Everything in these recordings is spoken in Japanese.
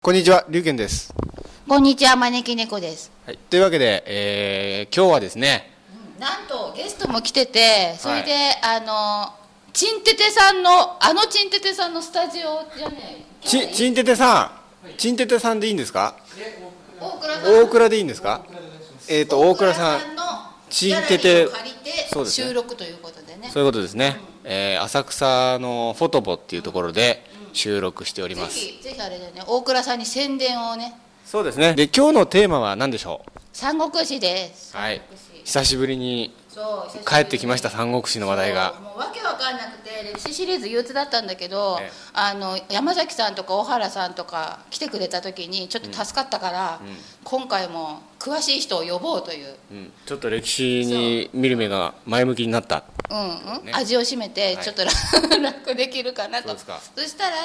こんにちは、龍玄です。こんにちは、招き猫です。はい、というわけで、えー今日はですね、なんとゲストも来てて、それで、あの、チンテテさんの、あのチンテテさんのスタジオじゃねえ。ち、ちんててさん、ちんててさんでいいんですか大倉さん。大倉でいいんですかえっ、と、大倉さん、の。チンテテギャラリーを借りそうて、ですね収録ということでね。そういうことですね、えー浅草のフォトボっていうところで収録しておりぜます。ひ、ぜひあれだよね、大倉さんに宣伝をね。そうですね。で、今日のテーマは何でしょ三国志です。うはい三国志久しぶりにそう久しぶりに帰ってきました、三国志の話題そが。うもうわけわかんなくて歴史シリーズ憂鬱だったんだけど、ええあの山崎さんとか小原さんとか来てくれた時にちょっと助かったから、今回も詳しい人を呼ぼうという、うんちょっと歴史に見る目が前向きになった。うんうんね味を占めてはいちょっ と楽, 、できるかなとそうですかしたら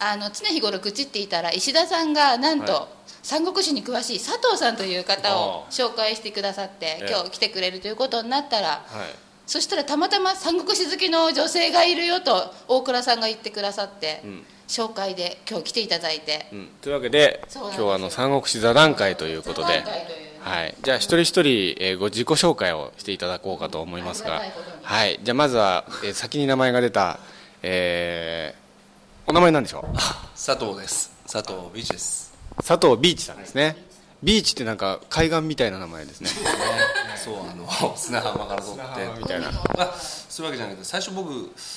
あの常日頃愚痴っていたら石田さんがなんと、はい三国志に詳しい佐藤さんという方をああ紹介してくださってええ今日来てくれるということになったら、はい。そしたらたまたま三国志好きの女性がいるよと大倉さんが言ってくださって、ん紹介で今日来ていただいて、うん、というわけでそ今うなんです日はあの三国志座談会ということで座談会というはい、じゃあ一人一人、えーご自己紹介をしていただこうかと思いますがありがたいことにはい、じゃあまずは、えー先に名前が出た、えーお名前なんでしょう佐藤です佐藤美智です、佐藤ビーチさんですねビーチってなんか海岸みたいな名前ですねそうあの砂浜から取ってみたいなまあそういうわけじゃないけど最初僕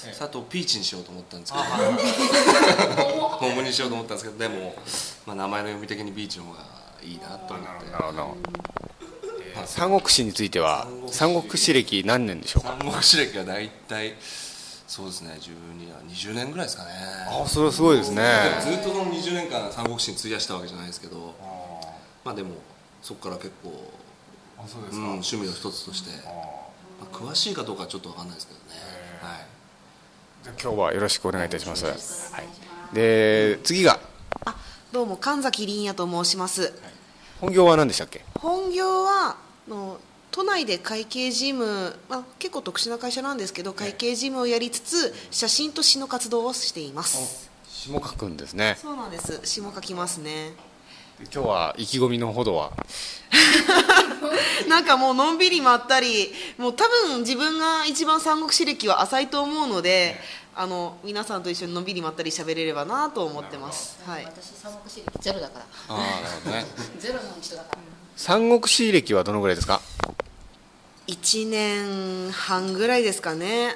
佐藤ピーチにしようと思ったんですけど 桃にしようと思ったんですけどでも、まあ、名前の読み的にビーチの方がいいなと思ってなるほど、えー三国志については三国志歴何年でしょうか三国志歴は大体そうですね12あ20年ぐらいですかねあそれはすごいですねずっとこの20年間三国志に費やしたわけじゃないですけどまあでもそこから結構あそうですうん、か、趣味の一つとして、まあ詳しいかどうかはちょっと分かんないですけどね、はい、じゃあ今日はよろしくお願いいたします、はい、で次があどうも神崎凛也と申します本業は何でしたっけ本業はあの都内で会計事務、まあ、結構特殊な会社なんですけど会計事務をやりつつ写真と詩の活動をしています下書くんですねそうなんです詩も書きますねで今日は意気込みのほどはなんかもうのんびりまったりもう多分自分が一番三国志歴は浅いと思うのであの皆さんと一緒にのんびりまったり喋れればなと思ってます、はい、私三国志歴ゼロだからああなるほどねゼロの人だから、三国志歴はどのぐらいですか1年半ぐらいですかあね、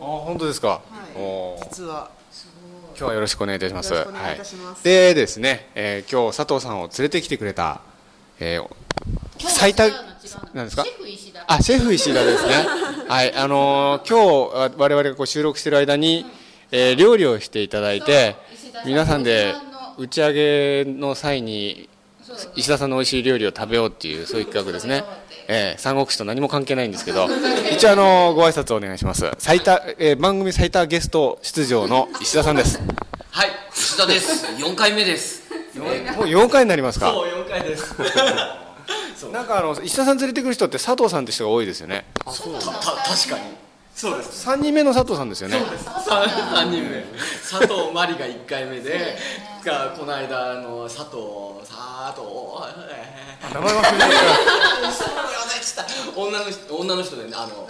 本当ですか、はおい、ー実は今日はよろしくお願いいたしますよろしくお願いいたしますはい、でですね、えー今日佐藤さんを連れてきてくれた、えー今日は最多違うの違うのなんですかシェフ石田あシェフ石田 ですねはいあのー今日あ我々がこう収録してる間に、えー料理をしていただいてそう石田さん皆さんで石田さんの打ち上げの際にそうそう石田さんの美味しい料理を食べようっていうそういう企画ですね、ええ、三国志と何も関係ないんですけど一応あのご挨拶をお願いします最多、えー番組最多ゲスト出場の石田さんですもはい、石田です。4回目 です。う4回になりますかう、4回です。なんかあの石田さん連れてくる人って佐藤さんって人が多いですよねた、確かに。そうです。 3人目の佐藤さんですよね三三人目。佐藤真理が1回目で、がこの間あの佐藤佐藤 え名前忘れてたー女の人女の人でねあの、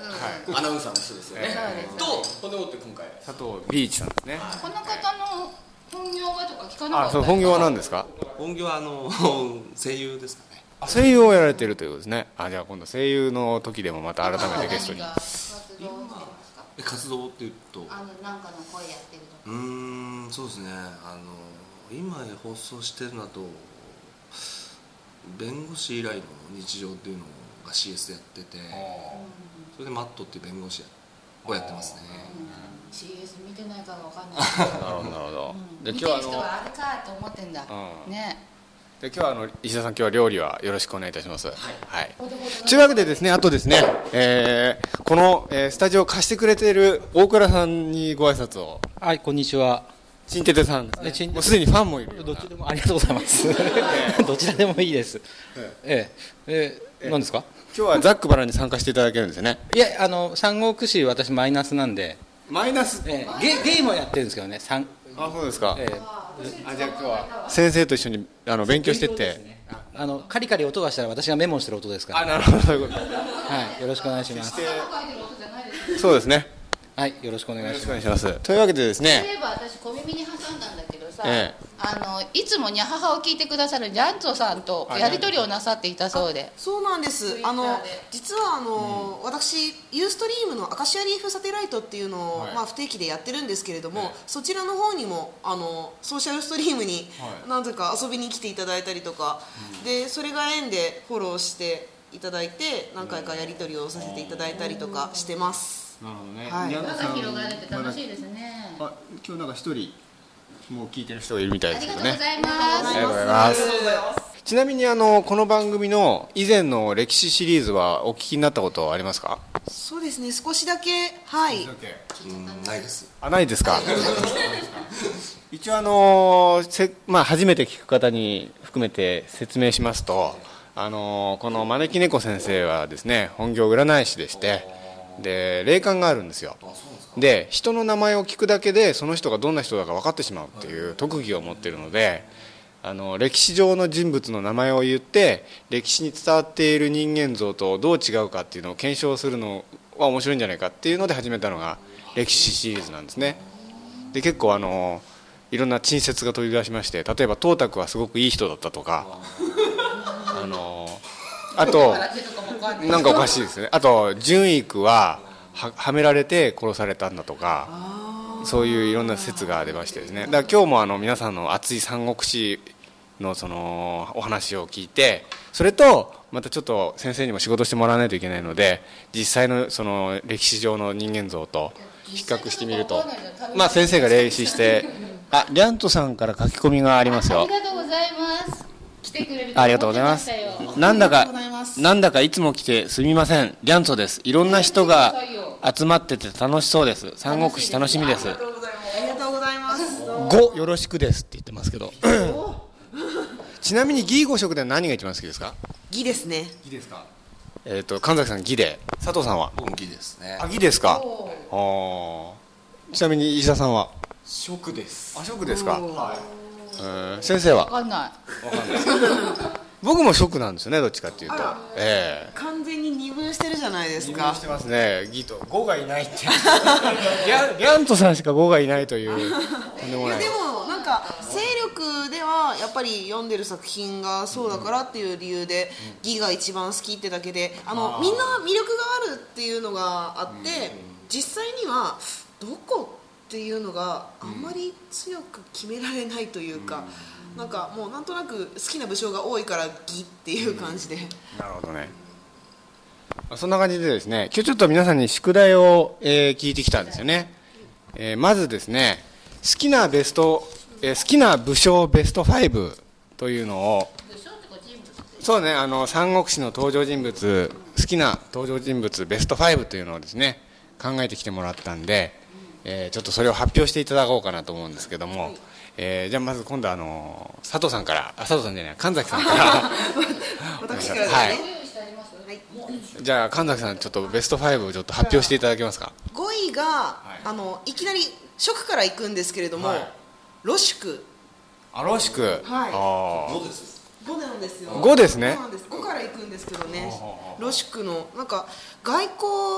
アナウンサーの人ですよね。とほんでもって今回佐藤ビーチさんですねこの方の本業はとか聞かなかあっそたう本業は何ですか本業はあの 声優ですかね声優をやられてるということですねあじゃあ今度声優の時でもまた改めてゲストに何か活動してますかえ活動っていうとうあのなんかの声やってるとかーんそうですねあの今放送してるのだと弁護士以来の日常っていうのが CS でやっててそれでマットっていう弁護士をやってますね CS 見てないからわかんないなるほどなるほど で見今て日はある人のはあれかと思ってんだうんねで今日はあの石田さん今日は料理はよろしくお願いいたします。はい。ほどほどというわけでですねあとですね、えーこの、えースタジオを貸してくれている大倉さんにご挨拶をはい、こんにちは。チンテテさんですねえチンテテもうすでにファンもいるようどなっちでもありがとうございます。どちらでもいいです。ええ、え、何ですか。今日はザックバラに参加していただけるんですよね。いや、あの三国志、私マイナスなんで、マイナスええ、ゲ、ゲームをやってるんですけどね、三、あそうですか。ええ、あじゃあ今日は先生と一緒にあの勉強してって、あのカリカリ音がしたら私がメモしてる音ですから、あなるほどそういうこはい、よろしくお願いしますとそうですねはいよろしくお願よいろししくお願まいしすますというわけでですそうねいえば私小耳に挟んだんだけどさ、ええあのいつもにゃ母を聞いてくださるニャンツォさんとやり取りをなさっていたそうでそうなんですあの実はあの、私ユーストリームのアカシアリーフサテライトっていうのを、まあ、不定期でやってるんですけれども、そちらの方にもあのソーシャルストリームに、なんとか遊びに来ていただいたりとか、でそれが縁でフォローしていただいて何回かやり取りをさせていただいたりとかしてます、なるほどね。はい宮田さんいですねまだあ今日なんか一人もう聞いてる人人がいるみたいですけどねざいますありがとうございますありがとうございますちなみにあのこの番組の以前の歴史シリーズはお聞きになったことはありますかそうですね少しだけはいうんないですあないですか 一応あのせ、まあ、初めて聞く方に含めて説明しますとあのこの招き猫先生はですね本業占い師でしてで霊感があるんですよで人の名前を聞くだけでその人がどんな人だか分かってしまうっていう特技を持っているのであの歴史上の人物の名前を言って歴史に伝わっている人間像とどう違うかっていうのを検証するのは面白いんじゃないかっていうので始めたのが歴史シリーズなんですね。で結構あのいろんな陳説が飛び出しまして例えば董卓はすごくいい人だったとかあのあとなんかおかしいですねあと淳育はははめられて殺されたんだとかそういういろんな説が出ましてですねだから今日もあの皆さんの熱い三国志のそのお話を聞いてそれとまたちょっと先生にも仕事してもらわないといけないので実際のその歴史上の人間像と比較してみるとまあ先生が霊視してあリャントさんから書き込みがありますあよりがとうございます来てくれるとありがとう思ごっざていまますしたよなんだありかがとうございますなんだかいつも来てすみませんリャンツォですいろんな人が集まってて楽しそうです三国志楽しみですありがとうございます五よろしくですって言ってますけど ちなみにギー五色では何が一番好きですかギですねいいですか。えっ、と神崎さんギで佐藤さんは僕もギですねあギですかああちなみに石田さんはショックですあ食ですかえー先生はわかんない僕も食なんですよねどっちかっていうとええ完全に二分してるじゃないですかしてますねギと5がいないって リャンリャントさんしか5がいないというとんでもいなやいでもなんか勢力ではやっぱり読んでる作品がそうだからっていう理由で「義が一番好きってだけであのみんな魅力があるっていうのがあって実際には「どこ?」っていうのがあんまり強く決められないというかなんかもうなんとなく好きな武将が多いから「義」っていう感じでなるほどね。まあそんな感じでですね、今日ちょっと皆さんに宿題を、えー聞いてきたんですよね。えーまずですね、好きなベスト、えー好きな武将ベスト5というのを、そうね、あの三国志の登場人物、好きな登場人物ベスト5というのをですね、考えてきてもらったんで、えーちょっとそれを発表していただこうかなと思うんですけども、えーじゃあまず今度はあの佐藤さんから、あ佐藤さんじゃない、神崎さんから。 私からですはいねじゃあ神崎さんちょっとベスト5をちょっと発表していただけますか5位が、あのいきなり初句からいくんですけれども「ロシュクあろしく、はいあ五なんですよ。五ですね五なんです五から行くんですけどね。ロシクのなんか外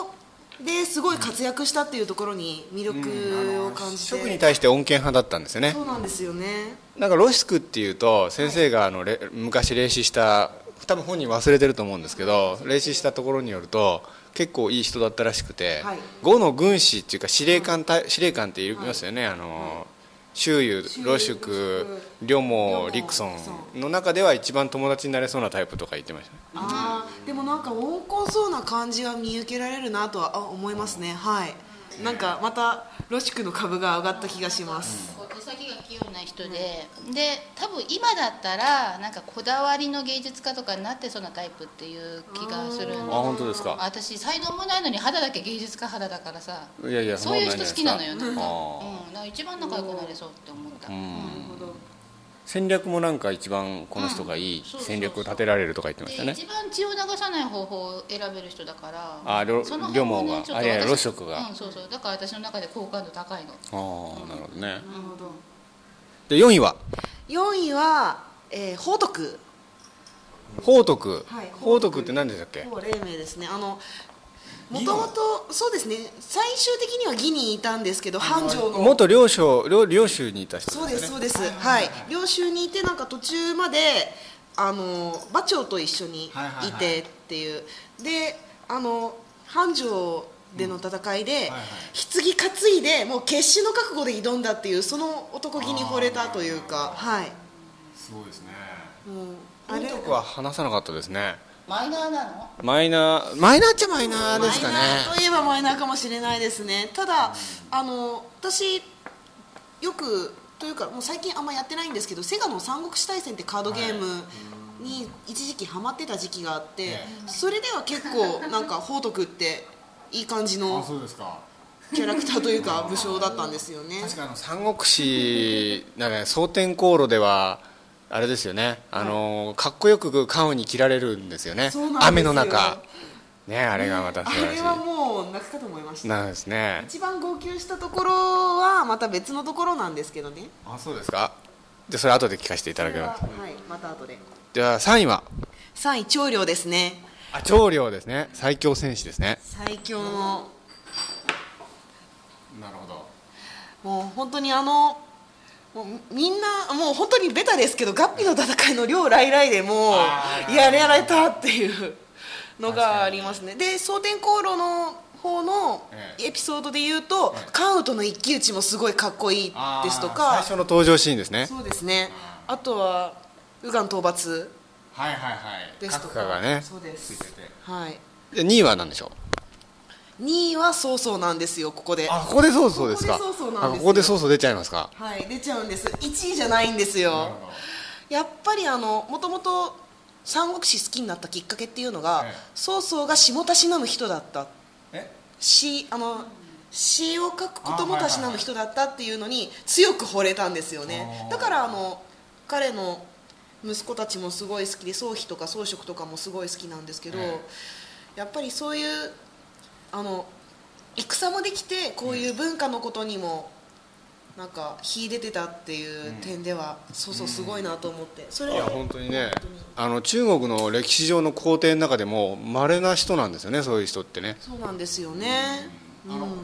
交ですごい活躍したっていうところに魅力を感じて。職に対して穏健派だったんですよねそうなんですよね。なんかロシクっていうと先生があの、れ昔霊視した多分本人忘れてると思うんですけど霊視したところによると結構いい人だったらしくて、はい呉の軍師っていうか司令官隊、司令官って言いますよね、あの、周遊周、遊ロシュク、両毛、リクソンの中では一番友達になれそうなタイプとか言ってましたねああでもなんか温厚そうな感じは見受けられるなとはあ思いますね。はい。なんかまたロシクの株が上がった気がします。こう手先が器用な人で、で多分今だったらなんかこだわりの芸術家とかになってそうなタイプっていう気がするんであ本当ですか私才能もないのに肌だけ芸術家肌だからさいやいやそういう人好きなのよそなんんかなうもんん、だから一番仲良くなれそうって思った、戦略もなんか一番この人がいいそうそうそう戦略を立てられるとか言ってましたでね一番血を流さない方法を選べる人だからありょその両方毛法がねちょっとあいやいや私露食がうんそうそうだから私の中で好感度高いのああなるほどねなるほど。で4位は4位は、えー、報徳宝徳、はい宝徳って何でしたっけもう黎明ですねあのもともとそうですね最終的には義にいたんですけど繁盛の元領省領領州にいた人そうですそうですはい領州にいてなんか途中まであの馬長と一緒にいはいはいはいてっていう、であの繁盛での戦いで、はい棺担いでもう決死の覚悟で挑んだっていうその男気に惚れたというかはいすごいですねもうあ宝れ徳は話さなかったですねマイナーなのマイナーマイナーっちゃマイナーですかねマイナーといえばマイナーかもしれないですねただあの私よくというかもう最近あんまやってないんですけどセガの「三国志大戦」ってカードゲームに一時期ハマってた時期があって、それでは結構なんか宝徳っていい感じあのそうですかキャラクターとい うか武将だったんですよね確かあの三国志なんかね蒼天航路ではあれですよねあの、かっこよく関羽に切られるんですよねそうなんですよ雨の中ねあれがまたあ素晴らしれい、はもう泣くかと思いましたなんですね一番号泣したところはまた別のところなんですけどねあそうですかじゃあそれ後で聞かせていただこきれはますはいまた後でじゃあ3位は3位長領ですねあ長領ですね最強戦士ですね最強のなるほどもう本当にあのもうみんなもう本当にベタですけどガッピの戦いの両ライライでもうやられたっていうのがありますねで蒼天航路の方のえエピソードで言うと関羽との一騎打ちもすごいかっこいいですと最か初の登場シーンですねそうですねあとは右岸討伐はいはいはいですと各家かがねそうですついててはいで2位は何でしょう2位は曹操なんですよここであここでそうそうですかここでそうそうなんですよあここでそうそう出ちゃいますかはい出ちゃうんです1位じゃないんですよやっぱりあのもともと三国志好きになったきっかけっていうのが、ええ曹操が詩もたしなむ人だったえ詩あの詩を書くこともあはいはいはいたしなむ人だったっていうのに強く惚れたんですよねあーだからあの彼の息子たちもすごい好きで宗妃とか宗職とかもすごい好きなんですけど、えやっぱりそういうあの戦もできてこういう文化のことにもなんか秀でてたっていう点では、そうそうすごいなと思って、それいはや本当にねあの中国の歴史上の皇帝の中でも稀な人なんですよねそういう人ってねそうなんですよね。うん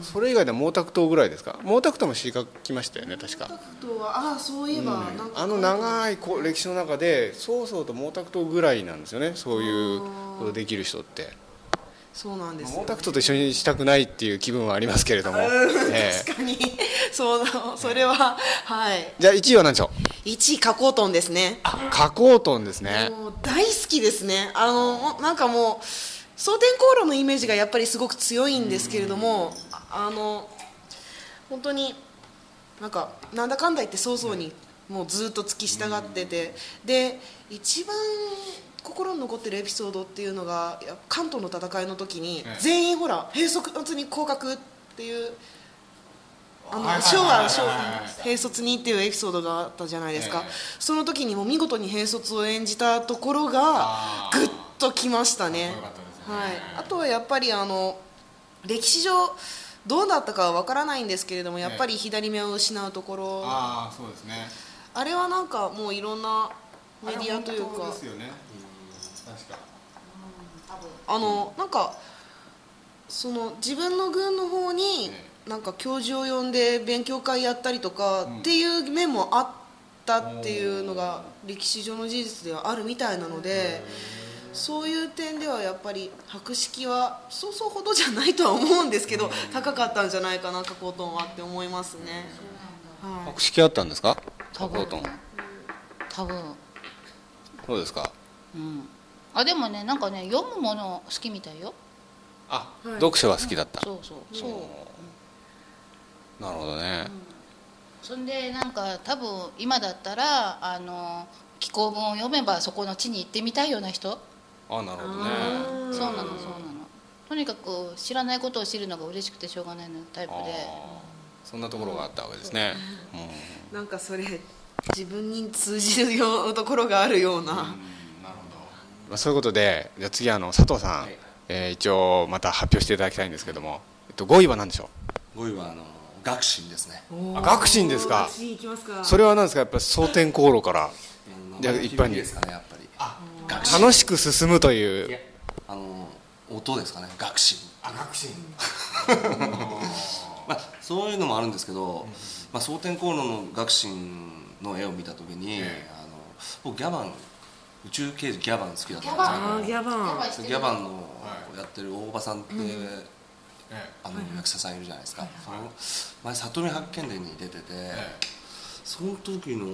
それ以外で毛沢東ぐらいですか毛沢東も詩書きましたよね確かタクトはああそういえば、なんかあの長いこう歴史の中で曹操と毛沢東ぐらいなんですよねそういうことできる人ってそうなんです毛よ沢東と一緒にしたくないっていう気分はありますけれど も、ええ確かに そうそれははいじゃあ1位は何でしょう1位加工トンですねあ加工トンですねもう大好きですねあのもなんかもう蒼天航路のイメージがやっぱりすごく強いんですけれどもああの本当になんかなんだかんだ言って早々にもうずっと付き従っててで一番心に残ってるエピソードっていうのがや関東の戦いの時に全員ほら閉塞に降格っていうあの昭和昭和閉卒にっていうエピソードがあったじゃないですか、その時にも見事に閉卒を演じたところがぐっときましたねはい、あとはやっぱりあの歴史上どうだったかは分からないんですけれどもやっぱり左目を失うところ、ああそうですねあれはなんかもういろんなメディアというあれ本当かですよね確かあのなんかその自分の軍の方になんか教授を呼んで勉強会やったりとかっていう面もあったっていうのが歴史上の事実ではあるみたいなのでそういう点ではやっぱり博識はそうそうほどじゃないとは思うんですけど高かったんじゃないかな加工トンはって思いますね。はい博識あったんですか加工トン多分そうですかうんあでもねなんかね読むもの好きみたいよあ、読書が好きだったそうそうそうなるほどね、そんでなんか多分今だったらあの気候文を読めばそこの地に行ってみたいような人あなるほどねそうなのそうなのとにかく知らないことを知るのが嬉しくてしょうがないのタイプであーそんなところがあったわけですね、うんなんかそれ自分に通じるようところがあるような、まあ、そういうことでじゃあ次あの佐藤さん、えー一応また発表していただきたいんですけども、えっと、5位は何でしょう5位はあの学心ですねあ学信ですか次行きますかそれは何ですかやっぱり蒼天航路からじゃあ一般にですかねやっぱり学信楽しく進むというあの音ですかね学信あ学信 まあ、そういうのもあるんですけど、まあ、蒼天航路の学信の絵を見た時に、あの僕ギャバン宇宙刑事ギャバン好きだっギャバたンあんーですギャバンけどギャバンのやってる大場さんって、えあの役者さんいるじゃないですか、その前「里見八犬伝」に出てて、えその時の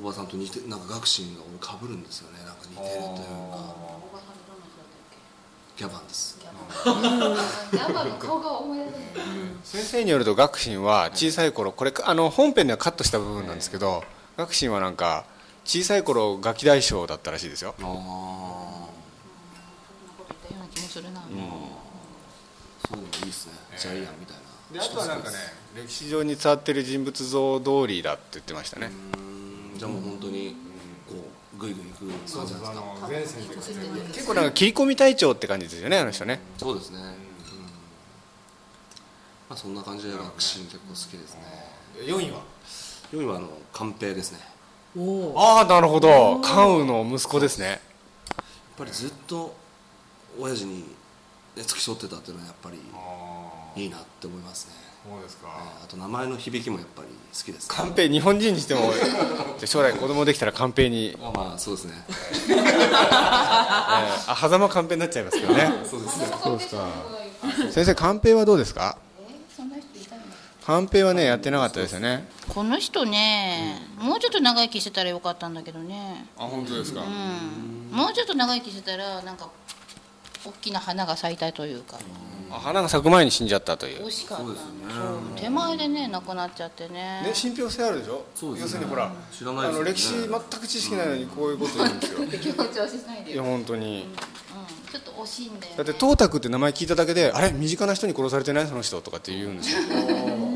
大場さんと似てなんか学信が俺かぶるんですよねなんか似てるというかギャバンですヤバの顔が思い出せない先生によると学信は小さい頃これあの本編ではカットした部分なんですけど学信はなんか小さい頃ガキ大将だったらしいですよああような気もするな、そういうのいいですね、ジャイアンみたいでなあとはなんかね歴史上に伝わってる人物像通りだって言ってましたねうんじゃあもう本当にこうグイグイいくそ感うじそなんうあですかの前線で活躍結構なんか切り込み隊長って感じですよねあの人ねそうですね、うんまあ、そんな感じで学習結構好きですね4位は4位はあの寛平ですねやああなるほど関羽の息子ですねっぱりずっと親父にね付き添ってたっていうのはやっぱりあいいなって思いますねそうですあかあと名前の響きもやっぱり好きですね寛平日本人に してもじゃあ将来子供できたら寛平に、あまあそうですねえー、あ狭間寛平になっちゃいますけどねそうですねそうですか先生寛平はどうですかそんな人いたの寛平はねやってなかったですよねこの人ね、もうちょっと長生きしてたらよかったんだけどね、あ本当ですかうん、もうちょっと長生きしてたらなんか大きな花が咲いたというかあ花が咲く前に死んじゃったという惜しかったそうですねそう手前でね亡くなっちゃってね ね、信憑性あるでしょそうですね要するにほら、知らあないですのよね歴史全く知識ないのにこういうこと言うんですよ、い 気持ちはしないでやよ、本当に、うん、ちょっと惜しいんだよ、ね、だって董卓って名前聞いただけであれ身近な人に殺されてないその人とかって言うんですよ、うん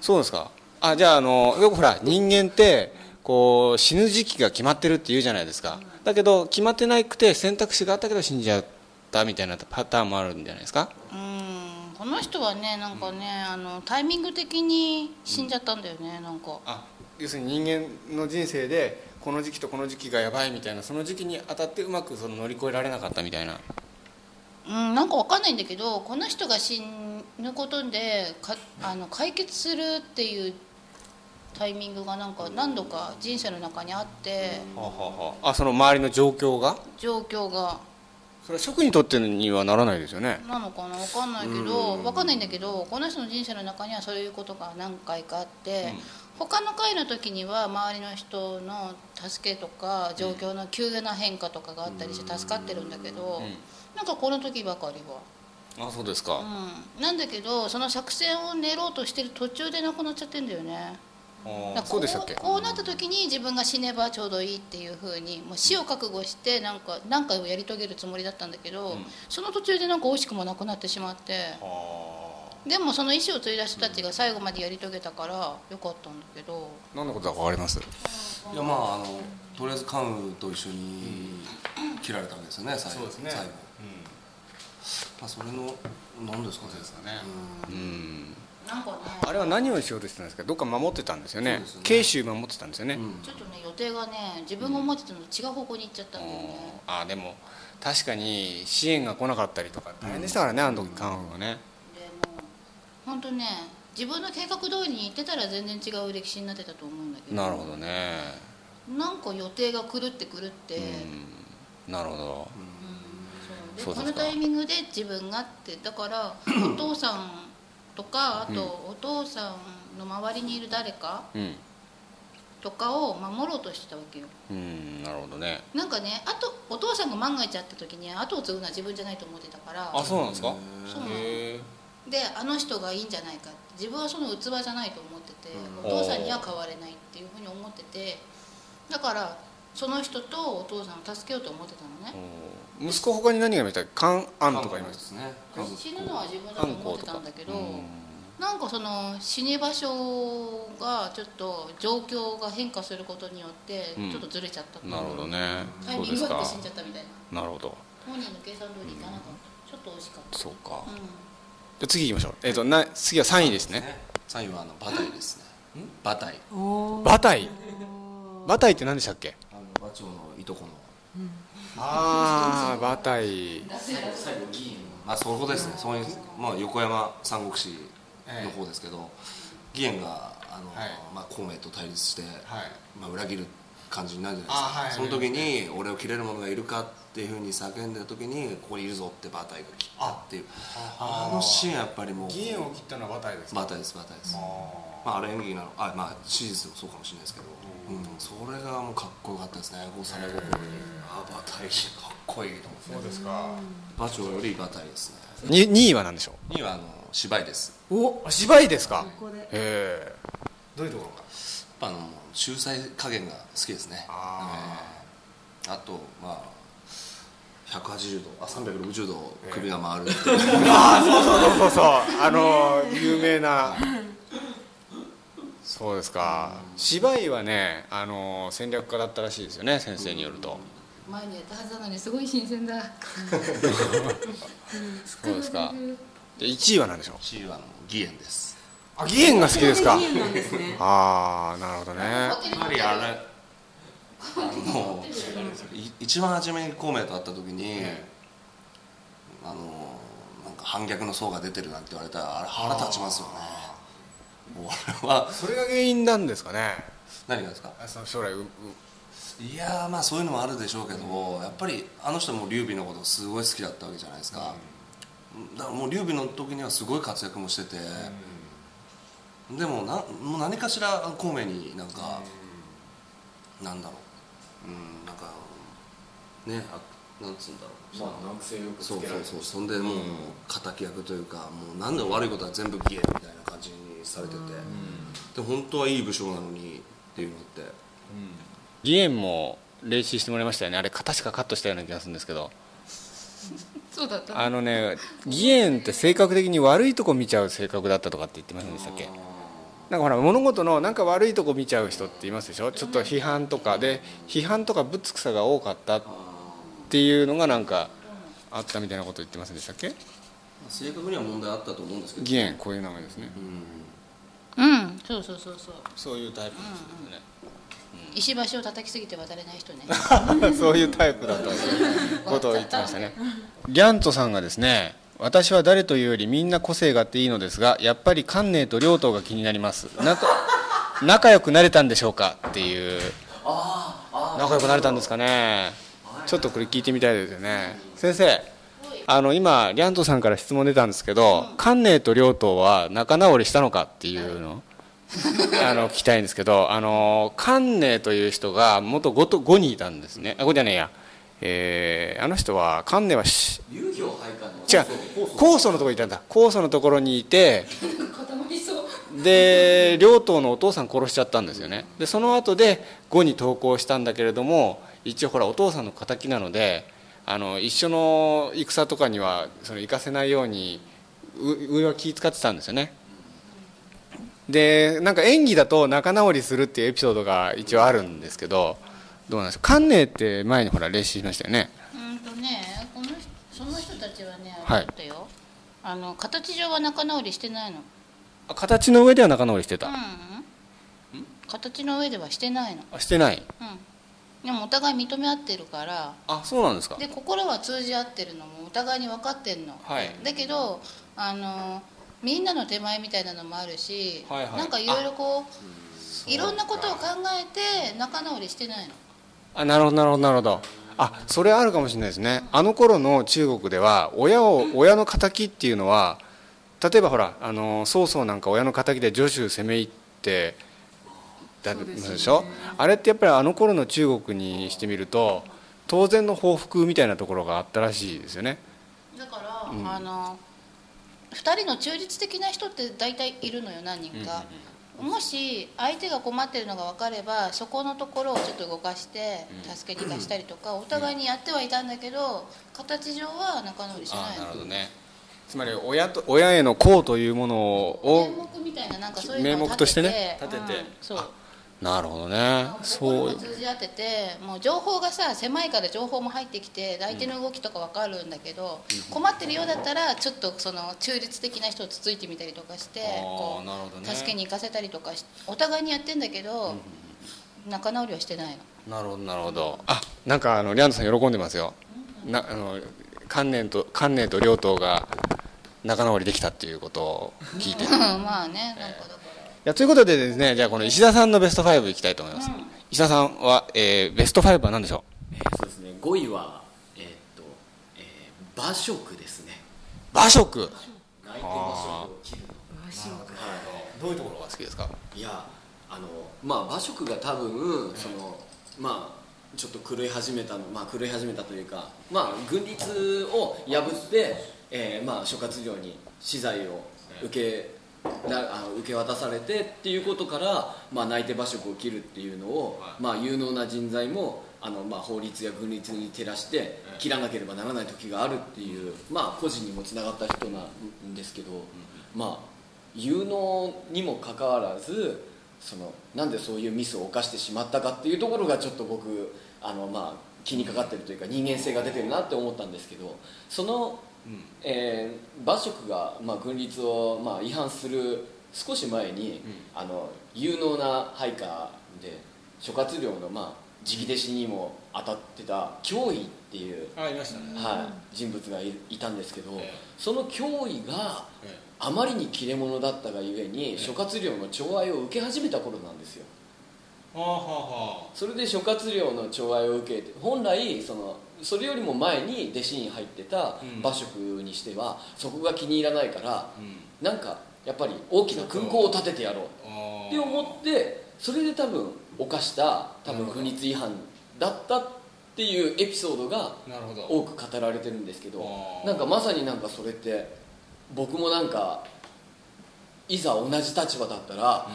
そうですかあじゃああのよくほら人間ってこう死ぬ時期が決まってるって言うじゃないですかだけど決まってなくて選択肢があったけど死んじゃったみたいなパターンもあるんじゃないですかうんこの人はねなんかね、あのタイミング的に死んじゃったんだよねなんかあ要するに人間の人生でこの時期とこの時期がやばいみたいなその時期に当たってうまくその乗り越えられなかったみたいなうんなんかわかんないんだけどこの人が死ぬことでかあの解決するっていうタイミングがなんか何度か人生の中にあってはあはあ、あその周りの状況が状況がそれは職にとってにはならないですよねなのかなわかんないけどわかんないんだけどこの人の人生の中にはそういうことが何回かあって、他の回の時には周りの人の助けとか状況の急な変化とかがあったりして助かってるんだけど、なんかこの時ばかりは。あそうですか、あうん、なんだけどその作戦を練ろうとしてる途中で亡くなっちゃってんだよねだからそうでしたっけこうこうなった時に自分が死ねばちょうどいいっていうふうにもう死を覚悟してなんか何回もやり遂げるつもりだったんだけど、その途中でなんか惜しくもなくなってしまってでもその意思を継いだ人たちが最後までやり遂げたからよかったんだけど何のことだか分かりますいやまああのとりあえず関羽と一緒に切られたわけですよね最後そうですね最後、まあ、それの何ですかねそうですかねうんなんかねあれは何をしようとしてたんですかどっか守ってたんですよそうねですね慶州守ってたんですよね、うんちょっとね予定がね自分が思ってたのと違う方向に行っちゃったんだよね、あでも確かに支援が来なかったりとか大変でしたからね、あの時韓国はねでも本当ね自分の計画通りに行ってたら全然違う歴史になってたと思うんだけどなるほどねなんか予定が狂って狂って、うんなるほど、でそうですかこのタイミングで自分がってだから お父さんとかあとお父さんの周りにいる誰かうんとかを守ろうとしてたわけようんなるほどねなんかねあとお父さんが万が一あった時に後を継ぐのは自分じゃないと思ってたからあそうなんですかそうなのへえであの人がいいんじゃないかって自分はその器じゃないと思ってて、うんお父さんには変われないっていうふうに思っててだからその人とお父さんを助けようと思ってたのね、息子他に何が見たい関安とかいいまますすね死ぬのは自分だと思ってたんだけど、なんかその死に場所がちょっと状況が変化することによってうんちょっとずれちゃった、なるほどねタイそうミでンすグがあかって死んじゃったみたいななるほど本人の計算通りいかなかった、ちょっと惜しかったそうかうんじゃあ次行きましょう。えっ、とな次は三位ですね。 3位はあのバタイですねバタイバタイ。バタイって何でしたっけ？あの馬長のいとこのああバタイ。最後議員まあそこですねそこに、まあ、横山三国志の方ですけど、議員があの、はいまあ、孔明と対立して、はいまあ、裏切る感じになるじゃあなはいでいすか、その時に俺を切れる者がいるかっていうふうに叫んでた時にここにいるぞってバタイが切ったっていうあのシーンはやっぱりもう議員を切ったのはバタイですかバタイですバタイですまあ、あれ演技なのあまあ史実もそうかもしれないですけど、うん、それがもうかっこよかったですねこう幼い心にあバタイかっこいいと思ってそうですか馬長よりバタイですねに二位は何でしょ2位はあの芝居ですう？お芝居ですか。こでええどういうところかやっぱあの秀才加減が好きですねあ,、えーあとまあ180度あ360度首が回るっていう、 そうそうそうあの有名な。そうですか。芝居はねあの戦略家だったらしいですよね先生によると。前にやったはずなのにすごい新鮮だそうですか。で一位は何でしょう？ 1位はあの義援ですあ義援が好きですかこ。れが理由なんですねああなるほどね。やっぱりあれあのい一番初めに孔明と会った時に、あのなんか反逆の層が出てるなんて言われたらあれ腹立ちますよねもう俺はそれが原因なんですかね。何がですかあその将来うういやーまあそういうのもあるでしょうけど、やっぱりあの人も劉備のことすごい好きだったわけじゃないですか、だからもう劉備の時にはすごい活躍もしてて、でもなもう何かしら孔明になんか、なんだろううんなんかねあなんつうんだろうまあ、南西よくそつうけそられうてそうそんでもう敵役というかもうなんで悪いことは全部義援みたいな感じにされてて、で本当はいい武将なのにっていうのって義援も練習してもらいましたよねあれか確かカットしたような気がするんですけどそうだったあのね義援って性格的に悪いとこ見ちゃう性格だったとかって言ってませんでしたっけなんかほら物事のなんか悪いとこ見ちゃう人っていますでしょちょっと批判とかで批判とかぶつくさが多かったっていうのがなんかあったみたいなこと言ってませんでしたっけ正確には問題あったと思うんですけど義援こういう名前ですねうんそうそうそうそうそういうタイプで石橋を叩きすぎて渡れない人ね そういうタイプだということを言ってましたね。リャントさんがですね、私は誰というよりみんな個性があっていいのですが、やっぱり関寧と両党が気になります。仲仲良くなれたんでしょうかっていう。仲良くなれたんですかね。ちょっとこれ聞いてみたいですよね。先生、あの今リャントさんから質問出たんですけど、関寧と両党は仲直りしたのかっていうの。 あの聞きたいんですけど、あの関寧という人が元5と5にいたんですね。あ、5じゃねえや。えーあの人は関寧はし流氷配下の違う酵素のところにいたんだ酵素のところにいてで両党のお父さん殺しちゃったんですよねでその後で呉に投降したんだけれども一応ほらお父さんの敵なのであの一緒の戦とかにはその行かせないようにう上は気使ってたんですよねでなんか演技だと仲直りするっていうエピソードが一応あるんですけどどうなんでしょう観念って前にほら練習しましたよねうんとねこの人その人たちはねはいあったよ、あの形上は仲直りしてないのあ形の上では仲直りしてた、うん、うん、形の上ではしてないのあしてないうんでもお互い認め合ってるからあそうなんですかで心は通じ合ってるのもお互いに分かってんの、はいだけどあのみんなの手前みたいなのもあるし、はいはいなんかいろいろこういろんなことを考えて仲直りしてないのあなるほどなるほどなるほどあそれあるかもしれないですねあの頃の中国では親を親の敵っていうのは例えばほらあの曹操なんか親の敵で徐州攻め入ってだったでしょあれってやっぱりあの頃の中国にしてみると当然の報復みたいなところがあったらしいですよねだから、あの2人の中立的な人って大体いるのよ何人か、もし相手が困ってるのが分かればそこのところをちょっと動かして助けに行かしたりとか、お互いにやってはいたんだけど形上は仲直りしないのねつまり親と親への功というもの名を目みたいななんかそういうのを名目としてね立てて、うんそうなるほどねそう心も通じ合っててもう情報がさ狭いから情報も入ってきて相手の動きとか分かるんだけど、困ってるようだったらちょっとその中立的な人をつついてみたりとかしてあーこうなるほどね助けに行かせたりとかしお互いにやってんだけど、仲直りはしてないのな るほどなるほどあなんかあのリアンドさん喜んでますよなあの観念と観念と両党が仲直りできたっていうことを聞いていまあねなんかだからやということでですねじゃあこの石田さんのベスト5いきたいと思います、石田さんは、えーベスト5は何でしょえーそうですね5位はえーっと、えー、馬食ですねう馬食泣いて馬食を切るのどういうところお好きですかいやあのまあ馬食が多分そのまあちょっと狂い始めたのまあ狂い始めたというかまあ軍律を破って、えーまあ諸葛亮に資材を受けなあの受け渡されてっていうことから、まあ、内定馬食を切るっていうのを、まあ、有能な人材もあの、まあ、法律や軍律に照らして切らなければならない時があるっていう、まあ、個人にもつながった人なんですけど、まあ有能にもかかわらずそのなんでそういうミスを犯してしまったかっていうところがちょっと僕あの、まあ、気にかかってるというか人間性が出てるなって思ったんですけどその、えー馬謖が、まあ、軍律を、まあ、違反する少し前に、あの有能な配下で諸葛亮の、まあ、直弟子にも当たってた脅威っていう、あいましたねはい、人物がいいたんですけど、ええその脅威が。えあまりに切れ者だったがゆえに諸葛亮の寵愛を受け始めた頃なんですよえはあはあはあそれで諸葛亮の寵愛を受けて本来そのそれよりも前に弟子に入ってたうん馬謖にしてはそこが気に入らないからうんなんかやっぱり大きな勲功を立ててやろうあって思ってそれで多分犯した多分軍律違反だったっていうエピソードがてなるほど多く語られてるんですけどあーなんかまさになんかそれって僕もなんかいざ同じ立場だったら、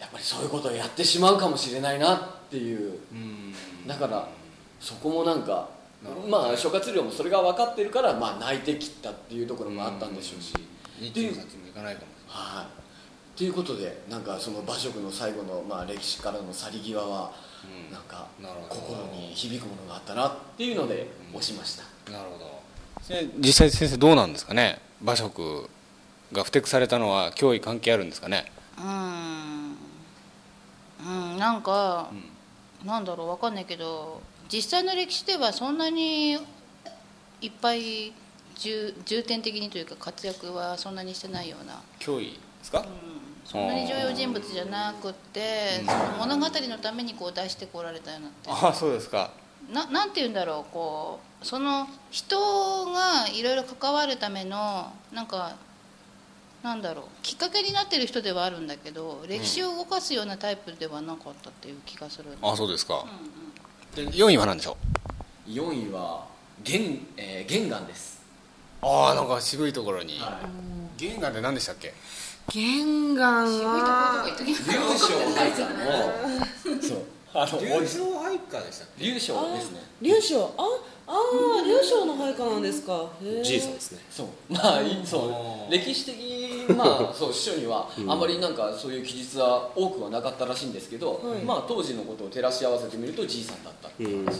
やっぱりそういうことをやってしまうかもしれないなっていううんだからそこもなんかなるほどまあ諸葛亮もそれが分かってるから、まあ、泣いてきったっていうところもあったんでしょうし、日ってい中さうちも行かないかもはい。ということでなんかその馬謖の最後の、まあ、歴史からの去り際は、うんなんかなるほど心に響くものがあったなっていうので押しました、なるほどせ実際先生どうなんですかね馬食が不適されたのは脅威関係あるんですかねうん、うん、なんか、なんだろうわかんないけど実際の歴史ではそんなにいっぱい重重点的にというか活躍はそんなにしてないような脅威ですか、そんなに重要人物じゃなくってその物語のためにこう出してこられたようなってああそうですかななんて言うんだろうこうその人がいろいろ関わるためのなんかなんだろうきっかけになってる人ではあるんだけど歴史を動かすようなタイプではなかったっていう気がする、ああそうですか、で4位は何でしょう4位は玄、えー、玄関ですああなんか渋いところに、はゲンガンって何でしたっけ玄関は龍将配下のそうあの優勝配下でしたっ龍将ですね龍将ああー龍将の配下なんですかへえじいさんですねそう まあいあそーう歴史的まあそう師匠にはあまりなんかそういう記述は多くはなかったらしいんですけど、はいまあ当時のことを照らし合わせてみるとじいさんだったっていう話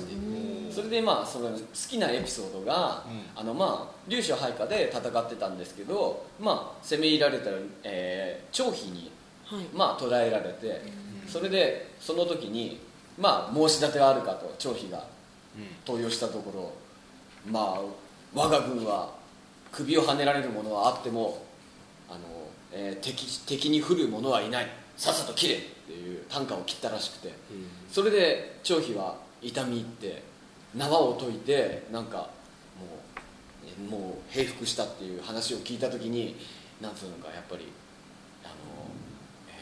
で、それでまあその好きなエピソードが、あのまあ劉将配下で戦ってたんですけどまあ攻め入られた、えー、張飛にはいまあ捕らえられて、それでその時にまあ申し立てはあるかと張飛が投与したところ、まあ我が軍は首をはねられる者はあってもあの、えー敵敵に振る者はいないさっさと切れっていう短歌を切ったらしくて、それで張飛は痛み入って縄を解いてなんかもうえもう平服したっていう話を聞いた時になんつうのかやっぱりあの、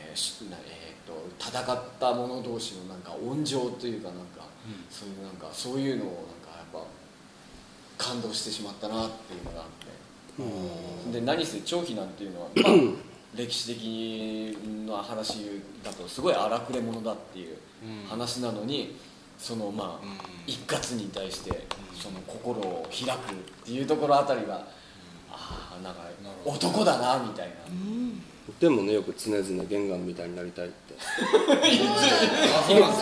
えーしなえーっと戦った者同士のなんか温情というかなんか、そういうなんかそういうのをなんかやっぱ感動してしまったなっていうのがあってで何せ張飛なんていうのは、ま あ、歴史的な話だとすごい荒くれ者だっていう話なのに、そのまあ、一括に対してその心を開くっていうところあたりが、ああなんか男だなみたいな。でもねよく常々玄関みたいになりたいってなんか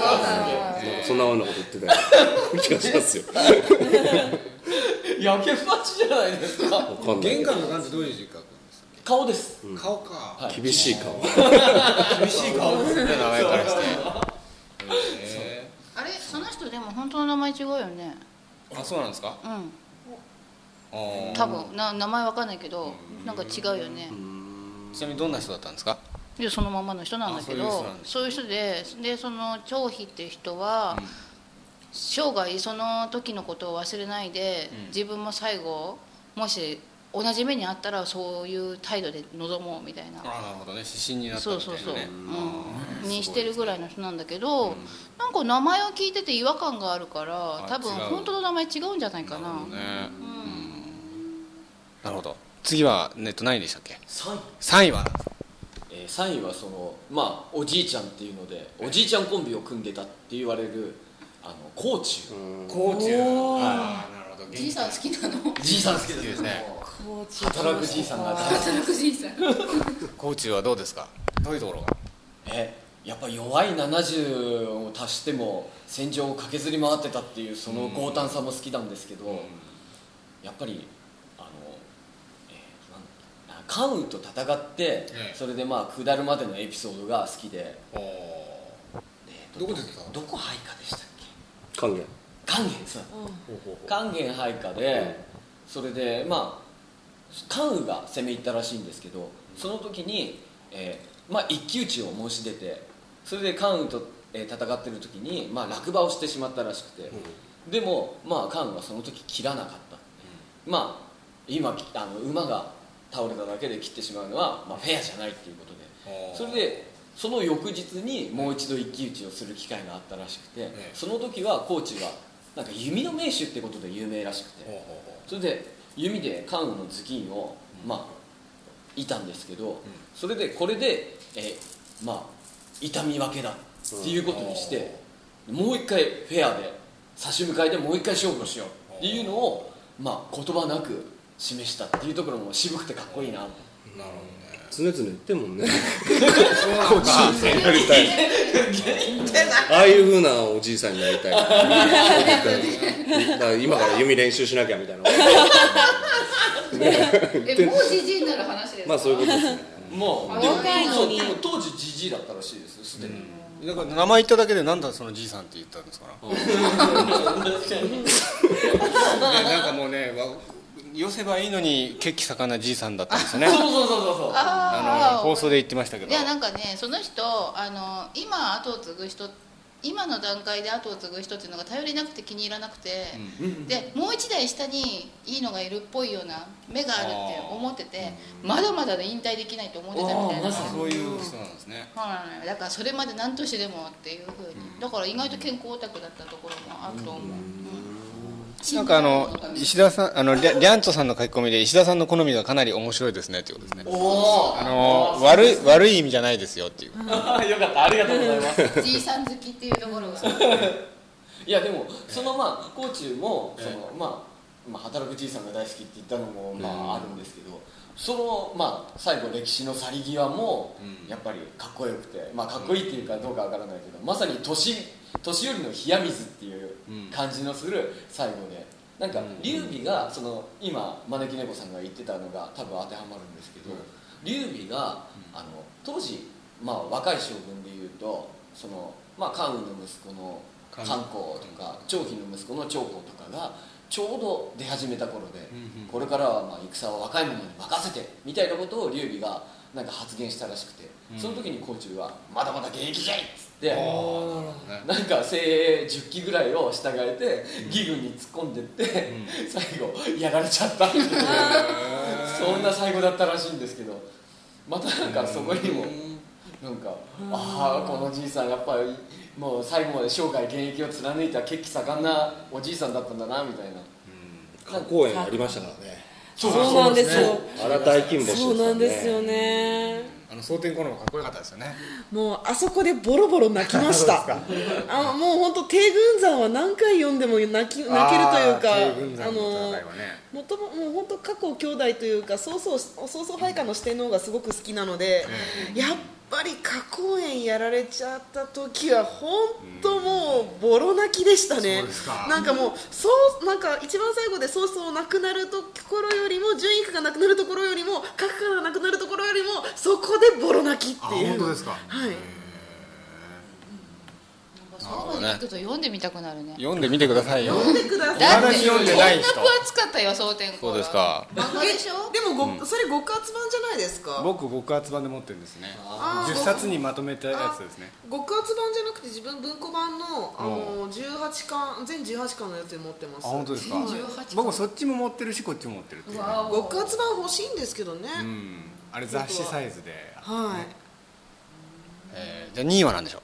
そんなようなこと言ってたような気がしますよ焼けっぱちじゃないですかわかんない玄けど関の感じどういう字書くんです顔ですか顔かはい厳しい顔厳しい顔ですね名前からしてあれその人でも本当の名前違うよねあそうなんですかうんあー多分な名前わかんないけどなんか違うよねちなみにどんな人だったんですかでそのままの人なんだけどあそういう人ででその張飛っていう人は、生涯その時のことを忘れないで、自分も最後もし同じ目にあったらそういう態度で臨もうみたいなあーなるほどね指針になったそみうたいそなうねそう、うん、にしてるすごぐいですねらいの人なんだけど、なんか名前を聞いてて違和感があるから多分違う本当の名前違うんじゃないかなねうんなるほど次はネット何位でしたっけ3位、 3位はえー、3位はそのまあおじいちゃんっていうのでおじいちゃんコンビを組んでたって言われるあの甲冑コーチはなるほどじいさん好きな のいじいさん好きですいいですね働くじいさんが大好き働くじいさんコーチはどうですかどういうところがえやっぱ弱い70を足しても戦場を駆けずり回ってたっていうその強胆さも好きなんですけど、やっぱりあの、えーなんあ関羽と戦って、ええそれでまあ下るまでのエピソードが好きで、おーえーどこで出たどこ配下でしたっけ歓迎関元さん関元配下でそれでまあ関羽が攻め入ったらしいんですけどその時に、えーまあ、一騎打ちを申し出てそれで関羽と、えー戦ってる時に、まあ、落馬をしてしまったらしくて、でも、まあ、関羽はその時切らなかった、まあ今あの馬が倒れただけで切ってしまうのは、まあ、フェアじゃないっていうことでおーそれでその翌日にもう一度一騎打ちをする機会があったらしくて、えその時はコーチはなんか弓の名手ってことで有名らしくほうてほうほそれで弓で関羽の頭巾をまあいたんですけど、それでこれでえーまあ痛み分けだっていうことにして、もう一回フェアで差し向かいでもう一回勝負をしようっていうのを、まあ、言葉なく示したっていうところも渋くてかっこいいなってうなる常々言ってんもんねコーチなりたいああいうふうなおじいさんになりたいだから今から弓練習しなきゃみたいなえもうじじいになる話ですかまあそういうことですねもうでも若いのにそうでも当時じじいだったらしいですすでに、だから名前言っただけでなんだそのじいさんって言ったんですからねなんかもうねわ寄せばいいのに血気盛んなじいさんだったんですよねそうそうそうそうそうあのああ放送で言ってましたけどいやなんかねその人あの今後を継ぐ人今の段階で後を継ぐ人っていうのが頼りなくて気に入らなくて、でもう一台下にいいのがいるっぽいような目があるって思ってて、まだまだで引退できないと思ってたみたいな、あーまさにそういう人なんですねそうなのよだからそれまで何年でもっていうふうに、だから意外と健康オタクだったところもあると思う、うんなんかあの石田さんあのリャリャンチョさんの書き込みで石田さんの好みがかなり面白いですねっていうことですねおー あの悪い悪い意味じゃないですよっていうよかったありがとうございますじいさん好きっていう ところがいやでもそのまあ甲冑もそのまあまあ働くじいさんが大好きって言ったのもまああるんですけどそのまあ最後歴史の去り際もやっぱりかっこよくてまあかっこいいっていうかどうかわからないけどまさに年年寄りの冷や水っていう感じのする最後でなんか劉備がその今招き猫さんが言ってたのが多分当てはまるんですけど劉備があの当時まあ若い将軍でいうとそのまあ関羽の息子の関関公とか張飛の息子の張公とかがちょうど出始めた頃で、うんうんこれからはまあ戦は若い者に任せてみたいなことを劉備がなんか発言したらしくて、その時に甲冑は「まだまだ現役じゃい!」っつってなんか精鋭10機ぐらいを従えて義軍に突っ込んでって、最後やられちゃったっていうそんな最後だったらしいんですけどまたなんかそこにもなんかああこのじいさんやっぱりもう最後まで生涯現役を貫いた血気盛んなおじいさんだったんだなみたいな過公演ありましたからねそうなんですよあら大金星ですそうなんですよねあの蒼天コロンかっこよかったですよねもうあそこでボロボロ泣きま したそうあもう本当帝軍山は何回読んでも泣き泣けるというかあー帝軍山の戦いはねあのもとももう本当過去兄弟というか曹操曹操配下の四天王がすごく好きなので、やっぱり花公園やられちゃった時は本当もうボロ泣きでしたね、そうですかなんかもうそうなんか一番最後で曹操亡くなるところよりも順位が亡くなるところよりも各家が亡くなるところよりもそこでボロ泣きっていうかはいそうまで聞くと読んでみたくなるね読んでみてくださいよ読んでくだださいって読んでない人こんな分厚かったよ蒼天そうですか漫画でしょでもご、それ極厚版じゃないですか僕極厚版で持ってるんですねあー10冊にまとめたやつですね極厚版じゃなくて自分文庫版のあの18巻全18巻のやつ持ってますあ本当ですか18僕そっちも持ってるしこっちも持ってるっていうね極厚版欲しいんですけどね、うんあれ雑誌サイズではいえーじゃあ2位は何でしょう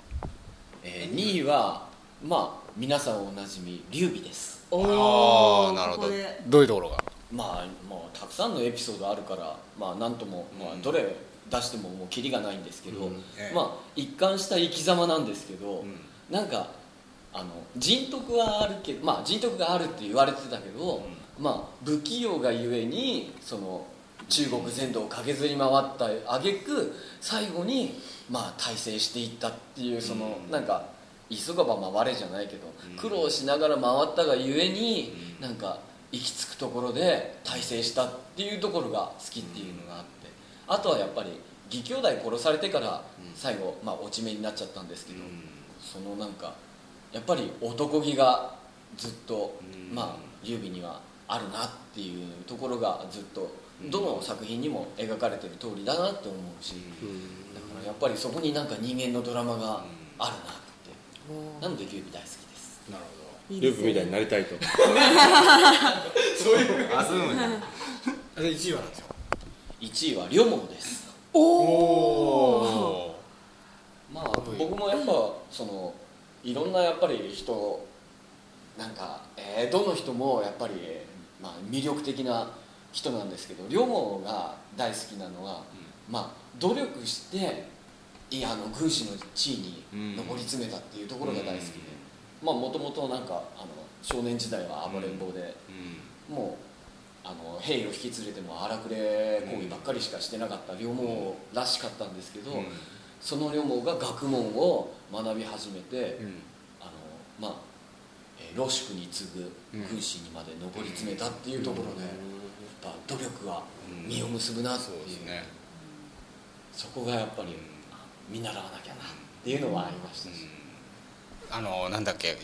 えー、2位はまあ皆さんおなじみ劉備ですおあーあなるほこどこでどういうところがまあもうたくさんのエピソードあるからまあなんとも、まあ、どれ出してももうキリがないんですけど、ええまあ一貫した生き様なんですけど、なんかあの人徳はあるけまあ人徳があるって言われてたけど、まあ不器用がゆえにその中国全土を駆けずり回った挙句最後にまあ大成していったっていうその、なんか急がば回れじゃないけど、苦労しながら回ったがゆえに、なんか行き着くところで大成したっていうところが好きっていうのがあって、あとはやっぱり義兄弟殺されてから最後、まあ落ち目になっちゃったんですけど、そのなんかやっぱり男気がずっと、まあ劉備にはあるなっていうところがずっとどの作品にも描かれてる通りだなって思うし、だからやっぱりそこになんか人間のドラマがあるなって、なので劉備大好きですいいルでーすプねみたいになりたいとあそういうのねあじゃあ1位は何でしょう1位は両門ですおおまあ僕もやっぱそのいろんなやっぱり人なんか、えーどの人もやっぱり、まあ、魅力的な人なんですけど両方が大好きなのは、まあ、努力していやあの軍師の地位に上り詰めたっていうところが大好きで、まあもともとなんかあの少年時代は暴れん坊で、もうあの兵を引き連れても荒くれ行為ばっかりしかしてなかった両毛らしかったんですけど、その両毛が学問を学び始めて、あのまあえー老宿に次ぐ軍師にまで上り詰めたっていうところで、やっぱ努力は実を結ぶなっていう,、そこがやっぱり、見習わなきゃなっていうのはありましたし、あのなんだっけ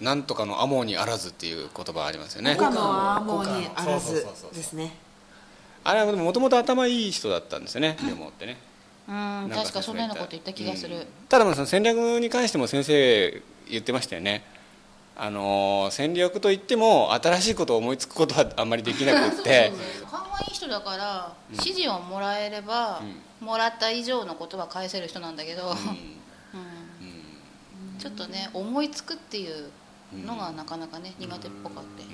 なんとかのアモーにあらずっていう言葉ありますよね他のはもうにあらずそうそうそうそうですねあれはもともと頭いい人だったんですよね両毛ってねうんなん確かそんなようなこと言った気がする、うんただまあその戦略に関しても先生言ってましたよねあのー戦略といっても新しいことを思いつくことはあんまりできなくっ て勘がいい人だから指示をもらえれば、もらった以上のことは返せる人なんだけど、うんちょっとね思いつくっていうのがなかなかね苦手っぽかって、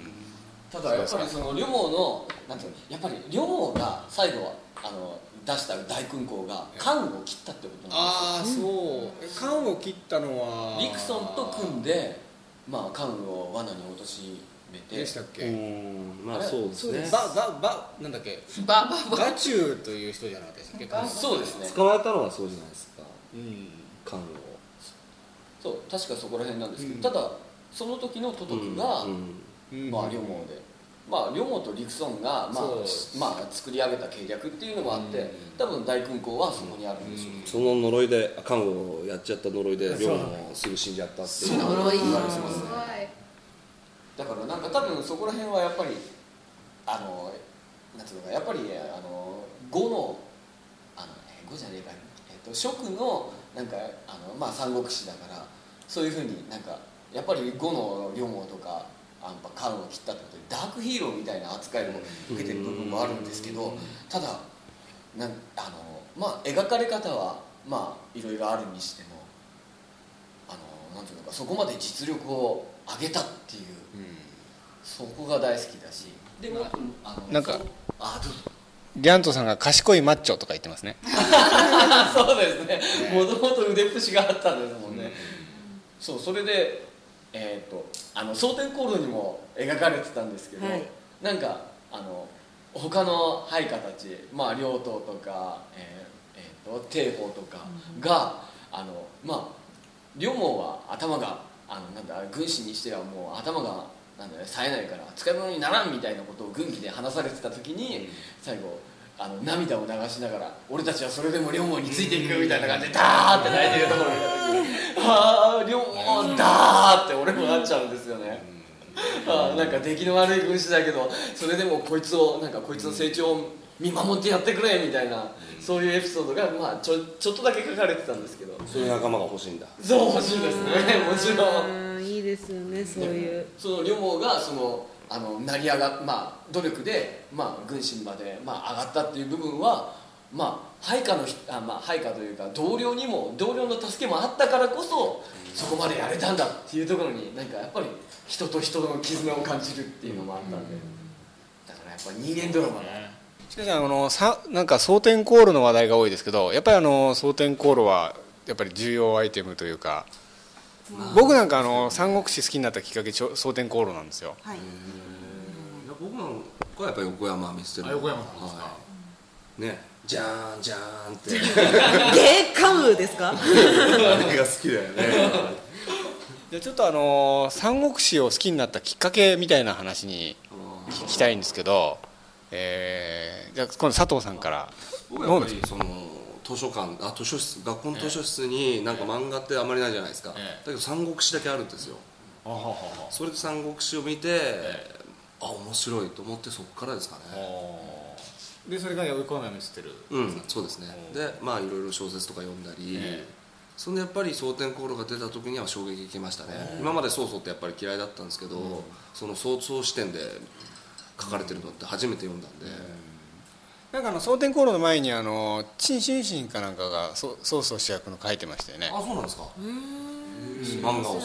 ただやっぱりその両毛のなんていうのやっぱり両毛が最後はあの出した大勲功が関を切ったってことなんですよああそうえ缶を切ったのはリクソンと組んで、まあ、関を罠に落としめてでしたっうけんまあそうですねバババなんだっけバババガチュウという人じゃなかったでしたっけ缶そうですね捕まえたのはそうじゃないですかうん官をそう確かそこら辺なんですけど、ただその時の都督が、うんうんまあ、両毛で、まあ、両毛と陸ソンが、まそうあしまあ、作り上げた計略っていうのもあって、多分大勲功はそこにあるんでしょう、その呪いで官をやっちゃった呪いで龍馬もすぐ死んじゃったっていう呪いがありますねだからなんか多分そこら辺はやっぱりあのなんていうのかやっぱりあの五のあのえ五じゃねえかえっと職のなんかあのまあ三国志だからそういうふうになんかやっぱり五の両毛とかあのやっぱ関を切ったってことでダークヒーローみたいな扱いを受けてる部分もあるんですけどただなんあのまあ描かれ方はまあいろいろあるにしてもあのなんていうのかそこまで実力を上げたっていう、そこが大好きだしでも、あのなんかそうあどうぞギャントさんが賢いマッチョとか言ってますね そうですねもともと腕っぷしがあったんですもんね、そうそれでえっ、とあの蒼天コードにも描かれてたんですけど、はいなんかあの他の配下たちまあ両党とか、えーえーと帝鳳とかが、あのまあ両毛は頭があのなんだ軍師にしてはもう頭がなんだ、ね、冴えないから使い物にならんみたいなことを軍議で話されてた時に、最後あの涙を流しながら俺たちはそれでも両毛についていくみたいな感じでダーって泣いてるところを見た時にああ両毛だーって俺もなっちゃうんですよね。あーなんか出来の悪い軍師だけどそれでもこいつをなんかこいつの成長を見守ってやってくれみたいなそういうエピソードが、まあ、ちょちょっとだけ書かれてたんですけどそういう仲間が欲しいんだそう欲しいですね もちろんうんいいですよねそういうその両毛がそのあの成り上がまあ努力で、まあ、軍神まで、まあ、上がったっていう部分はまあ配下のひあ、まあ、配下というか同僚にも同僚の助けもあったからこそそこまでやれたんだっていうところになんかやっぱり人と人の絆を感じるっていうのもあったんで、だからやっぱり人間ドラマだしかしあのさなんか蒼天航路の話題が多いですけどやっぱりあの蒼天航路はやっぱり重要アイテムというか僕なんかあの三国志好きになったきっかけちょ蒼天航路なんですよはいいや僕なんかはやっぱ横山見捨てるあ横山さんですかはいねじゃーんじゃーんってでカムですあかれが好きだよ ねでちょっとあの三国志を好きになったきっかけみたいな話に聞きたいんですけど、えーじゃあ今度佐藤さんから僕はやっぱどうりその図書館あ図書室学校の図書室になんか漫画ってあんまりないじゃないですか、ええだけど三国志だけあるんですよあはははそれで三国志を見て、あ面白いと思ってそこからですかねあーでそれが横山見捨てるうんそうですねでまあいろいろ小説とか読んだり、ええそんでやっぱり「蒼天航路」が出た時には衝撃きましたね今まで曹操ってやっぱり嫌いだったんですけど、その曹操視点で書かれてるのって初めて読んだんで、なんかあの蒼天航路の前にあの陳進進かなんかがそ曹操主役の書いてましたよねあそうなんですか漫画を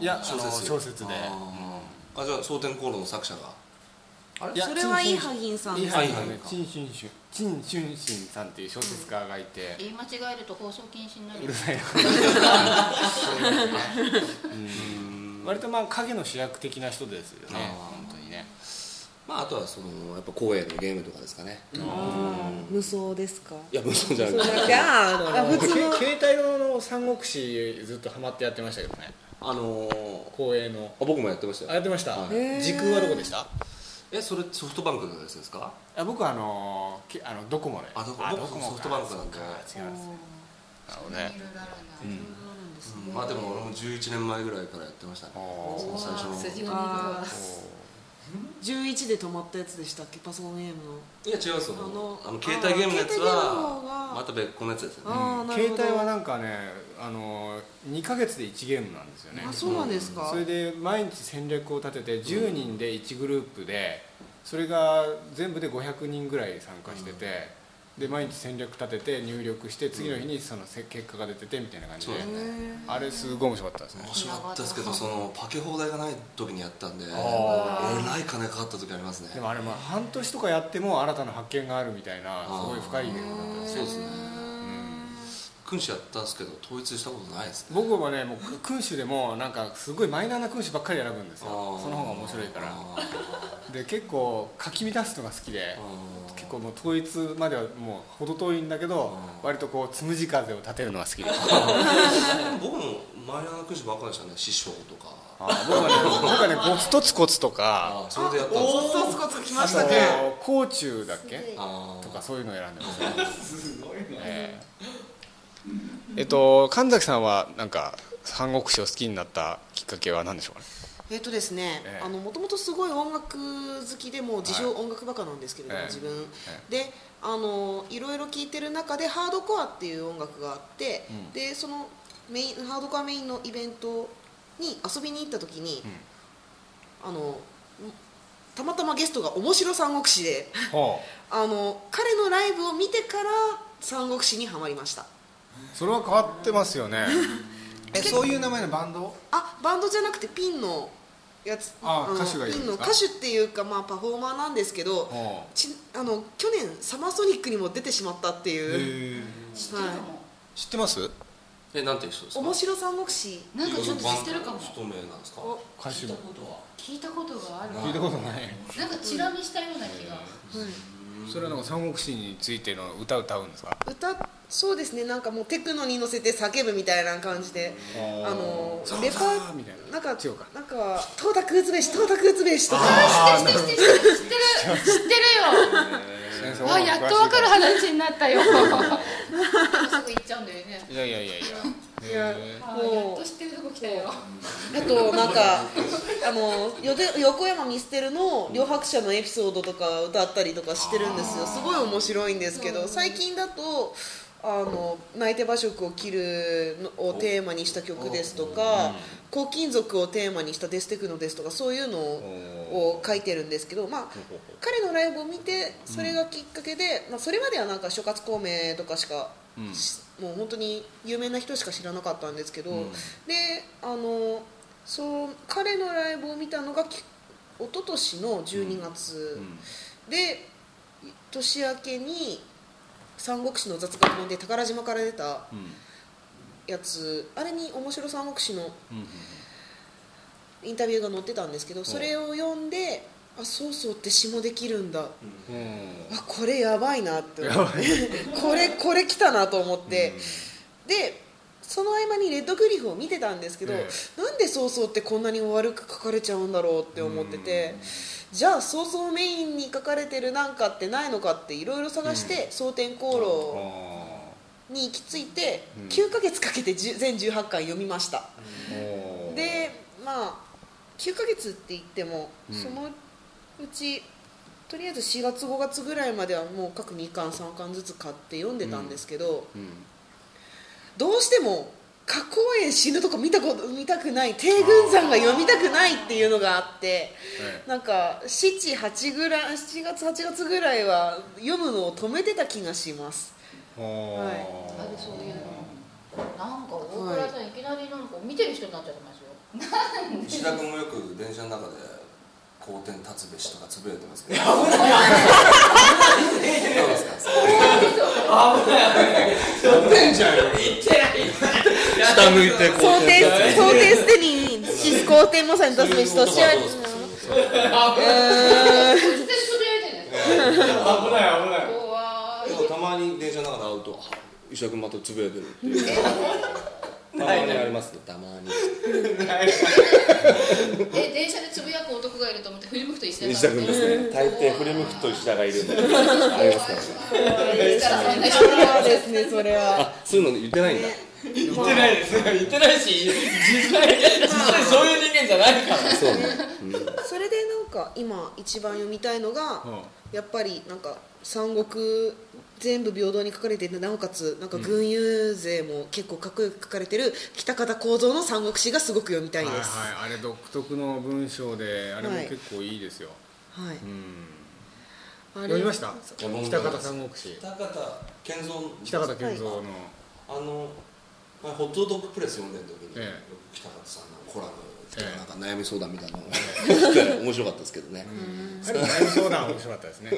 いやあ小の説小説であーあじゃあ「蒼天航路」の作者がいやそれはいいハギンさんですはいいははいい陳春春陳春春さんっていう小説家がいて言い間違えると放送禁止になるうるさいなうん割とまあ影の主役的な人ですよねあー本当にねまああとはそのやっぱ光栄のゲームとかですかねあー無双ですかいや無双じゃなそうくてだってあーあ普通の携帯の三国志ずっとハマってやってましたけどねあのーあ光栄の僕もやってましたよってましたへー時空はどこでしたえそれソフトバンクのやつですかあ僕はあのーけあのドコモであドコモ僕ソフトバンクなんそでうか違うんですなるほどねいろいろあるんだうんまあでも俺も11年前ぐらいからやってましたねその最初の筋金入いりは11で止まったやつでしたっけパソコンゲームのや違いますよあのあの携帯ゲームのやつあはーまた別個のやつですよねああなる携ほど帯はなんかねあの2か月で1ゲームなんですよねあそうなんですかそれで毎日戦略を立てて10人で1グループでそれが全部で500人ぐらい参加してて、で毎日戦略立てて入力して次の日にそのせ結果が出ててみたいな感じで、そうだねあれすごい面白かったですね面白かったですけどそのパケ放題がない時にやったんでえあらい金かかった時ありますねでもあれも半年とかやっても新たな発見があるみたいなすごい深いゲームだったんですそうよですね君主やったんですけど統一したことないですね僕もねもう君主でもなんかすごいマイナーな君主ばっかり選ぶんですよあーその方が面白いからあーで結構かき乱すのが好きであー結構もう統一まではもう程遠いんだけど割とこうつむじ風を立てるのが好きです僕もマイナーな君主ばっかりでしたね師匠とかあー僕はね僕はねコツとつコツとかあそれでやったんですかおーそうそうそう来まあしたねと甲虫だっけあーとかそういうのを選んでますねすごいなええっと神崎さんはなんか三国志を好きになったきっかけは何でしょうかねえっとですねええ、あのもともとすごい音楽好きでもう自称音楽バカなんですけれども、ええ自分、えであのいろいろ聴いてる中でハードコアっていう音楽があって、でそのメインハードコアメインのイベントに遊びに行った時に、あのたまたまゲストが面白三国志でーほあの彼のライブを見てから三国志にはまりましたうそれは変わってますよねえそういう名前のバンドあバンドじゃなくてピンのやつあの歌手がいるんですかうん歌手っていうか、まあ、パフォーマーなんですけど、はあちあの去年サマーソニックにも出てしまったっていう、へ知ってるかも知ってますえなんていう人ですか面白三国志なんかちょっと知ってるかも人名なんですかお歌手の聞いたことがある聞いたことないなんかチラ見したような気がそれはなんか三国志についての歌を歌うんですか歌そうですねなんかもうテクノに乗せて叫ぶみたいな感じであのそうだーレパーみたいななんか違うかなんか「東卓打つべし東卓打つべし」と知ってる知ってる知ってる知ってる知ってるか先生よあやっと分かる話になったよすぐ行っちゃうんだよねいやいやい やいやいやあやっもとう知ってるとこ来たよあとなんかあのよで横山ミステルの「両白者」のエピソードとか歌ったりとかしてるんですよすごい面白いんですけど最近だと「あの泣いて馬食を切るの」をテーマにした曲ですとか「抗金属」をテーマにした「デステクノ」ですとかそういうのを書いてるんですけどまあ彼のライブを見てそれがきっかけで、まあ、それまではなんか諸葛孔明とかしか、しもう本当に有名な人しか知らなかったんですけど、であのそう彼のライブを見たのがき一昨年の12月、で年明けに三国志の雑学本で宝島から出たやつ、あれに面白三国志のインタビューが載ってたんですけどそれを読んであそうそうって詩もできるんだ、あこれやばいなって思って これこれ来たなと思って、でその合間にレッドグリフを見てたんですけど、えなんで「そうそう」ってこんなに悪く書かれちゃうんだろうって思ってて、じゃあ「そうそう」メインに書かれてるなんかってないのかっていろいろ探して「蒼天航路」に行き着いて、9ヶ月かけて10全18巻読みました。でまあ9ヶ月って言っても、そのうちとりあえず4月5月ぐらいまではもう各2巻3巻ずつ買って読んでたんですけど、どうしても花公園死ぬとこ見たこと見たくない帝軍山が読みたくないっていうのがあってなんか78ぐらい7月8月ぐらいは読むのを止めてた気がし ます。はいあれそういうのなんか大倉さんいきなりなんか見てる人になっちゃってますよ石田君もよく電車の中で「好天立つべし」とかつぶれてますけどどうですかそれ下向いて想定想定すで にシスコーテンモサに出すべしとしあり絶対それやりたいじゃない危ない危ない怖いでもたまに電車の中で会うとあ「石田君またつぶやいてる」っていうたまにありますねたまにえ電車でつぶやく男がいると思って振り向くと石田西田さん君ですね大抵振り向くと石田がいるんでありますからねですねそれはあそういうの言ってないんだ言ってないです 言ってないし実際実際そういう人間じゃないからそうねそれでなんか今一番読みたいのが、やっぱりなんか三国全部平等に書かれててなおかつなんか軍友勢も結構かっこよく書かれてる北方構造の三国志がすごく読みたいはいではす。いあれ独特の文章であれもはい結構いいですよはい。あれ読みましたれ北方三国志北方健三北方健三のあの前ホットドッグプレス読んでる時に、え北方さんのコラムええなんか悩み相談みたいなのが面白かったですけどねやはり悩み相談は面白かった ですねうん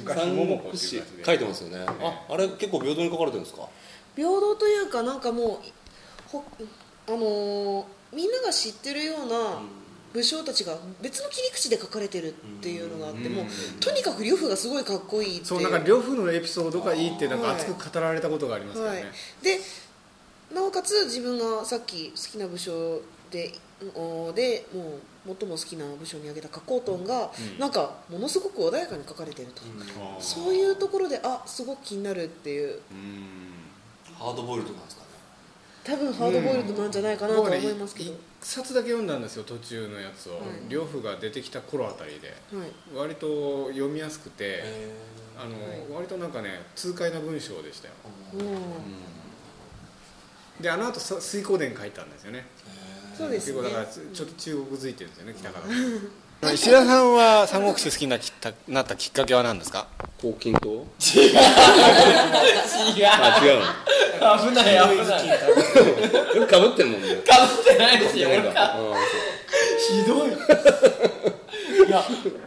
昔三桃子っ国ていうや志つで書いてますよねああれ結構平等に書かれてるんですか平等というかなんかもうほあのーみんなが知ってるような武将たちが別の切り口で書かれてるっていうのがあってもうとにかく呂布がすごいかっこいいっていうそうなんか両夫のエピソードがいいってなんか熱く語られたことがありますけどはいね、でなおかつ自分がさっき好きな武将でおでもう最も好きな武将に挙げた加工トンが、なんかものすごく穏やかに書かれてると、そういうところであすごく気になるっていうハードボイルドなんですかね多分ハードボイルドなんじゃないかなとは僕思ねいますけど、一冊だけ読んだんですよ途中のやつをい両夫が出てきた頃あたりではい、割と読みやすくてえあの割となんかね痛快な文章でしたよもうであの後さ水光伝書いたんですよねそうです水ね光だからちょちょっと中国づいてるんですよね北から 石田さんは三国志好きになったなったきっかけは何ですか抗菌と違う あ違う危ない危ないのよくかぶってるもんねかぶってないし俺かうんひどいいや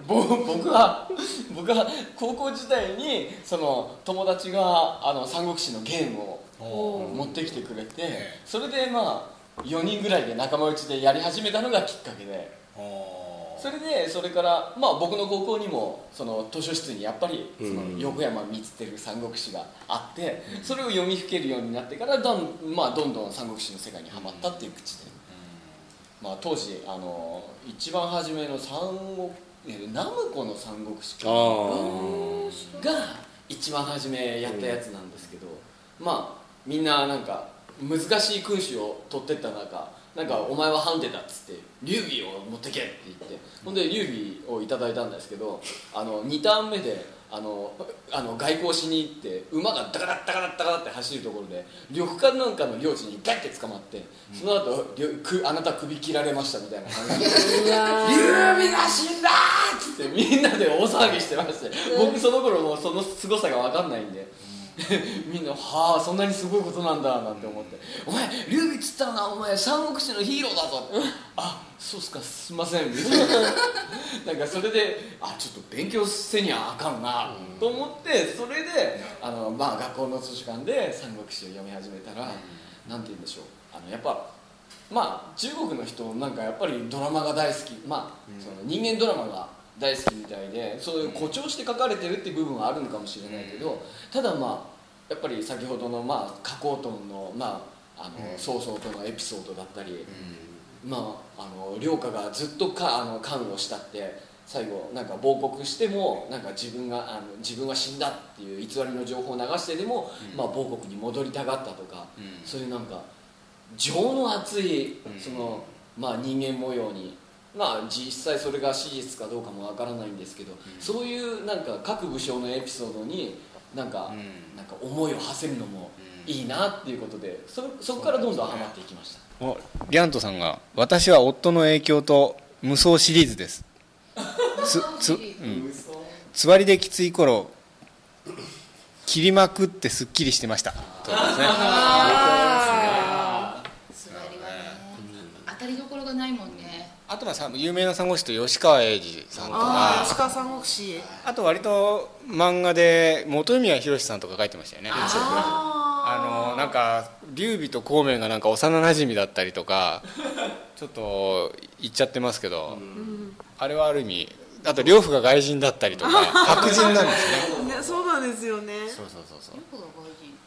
ぼ僕は僕は高校時代にその友達があの三国志のゲームを持ってきてくれてそれでまあ4人ぐらいで仲間内でやり始めたのがきっかけでそれでそれからまあ僕の高校にもその図書室にやっぱりその横山光輝三国志があってそれを読みふけるようになってからどん,、まあ、どんどん三国志の世界にはまったっていう口で。まあ、当時あの一番初めの三国えナムコの三国志かが一番初めやったやつなんですけど、まあみんななんか難しい君主を取ってった中なんか「お前はハンデだ」っつって「劉備を持ってけ」って言ってほんで劉備をいただいたんですけどあの2ターン目であのあの外交しに行って馬がダカダッダカダッダカダッって走るところで緑化なんかの領地にガッて捕まってその後、りょくあなた首切られました」みたいな感じで「劉備が死んだ!」っつってみんなで大騒ぎしてまして僕その頃もうその凄さが分かんないんで。 みんな「はあそんなにすごいことなんだ」なんて思って「お前劉備っつったらなお前三国志のヒーローだぞ」あそうっすかすいません」み たいななんかそれで「あちょっと勉強せにゃあかんな」と思ってそれであの、まあ、学校の図書館で三国志を読み始めたら、なんて言うんでしょうあのやっぱまあ中国の人なんかやっぱりドラマが大好きまあ、その人間ドラマが大好きみたいでそういう誇張して書かれてるっていう部分はあるのかもしれないけど、ただまあやっぱり先ほどのまあ加工トンのまああの曹操、とのエピソードだったり、まああの涼香がずっとかあの関をしたって最後なんか亡国してもなんか自分があの自分は死んだっていう偽りの情報を流してでも、まあ亡国に戻りたがったとか、そういうなんか情の厚いその、まあ人間模様にまあ、実際それが史実かどうかもわからないんですけど、そういうなんか各武将のエピソードになんか、なんか思いを馳せるのもいいなっていうことでそそこからどんどんハマっていきました、おリャントさんが「私は夫の影響と無双シリーズです」 つつ、うん、つわりできつい頃切りまくってすっきりしてましたということですねつわりはね当たりどころがないもんねあとはさ有名な三国志と吉川英治さんとあかあ、鹿三国志。あと割と漫画で本宮宏さんとか書いてましたよねあのなんか劉備と孔明がなんか幼なじみだったりと かちょっと言っちゃってますけど、あれはある意味あと両夫が外人だった りとか白人なんですねね、そうなんですよね。そうそうそうそうよくが外人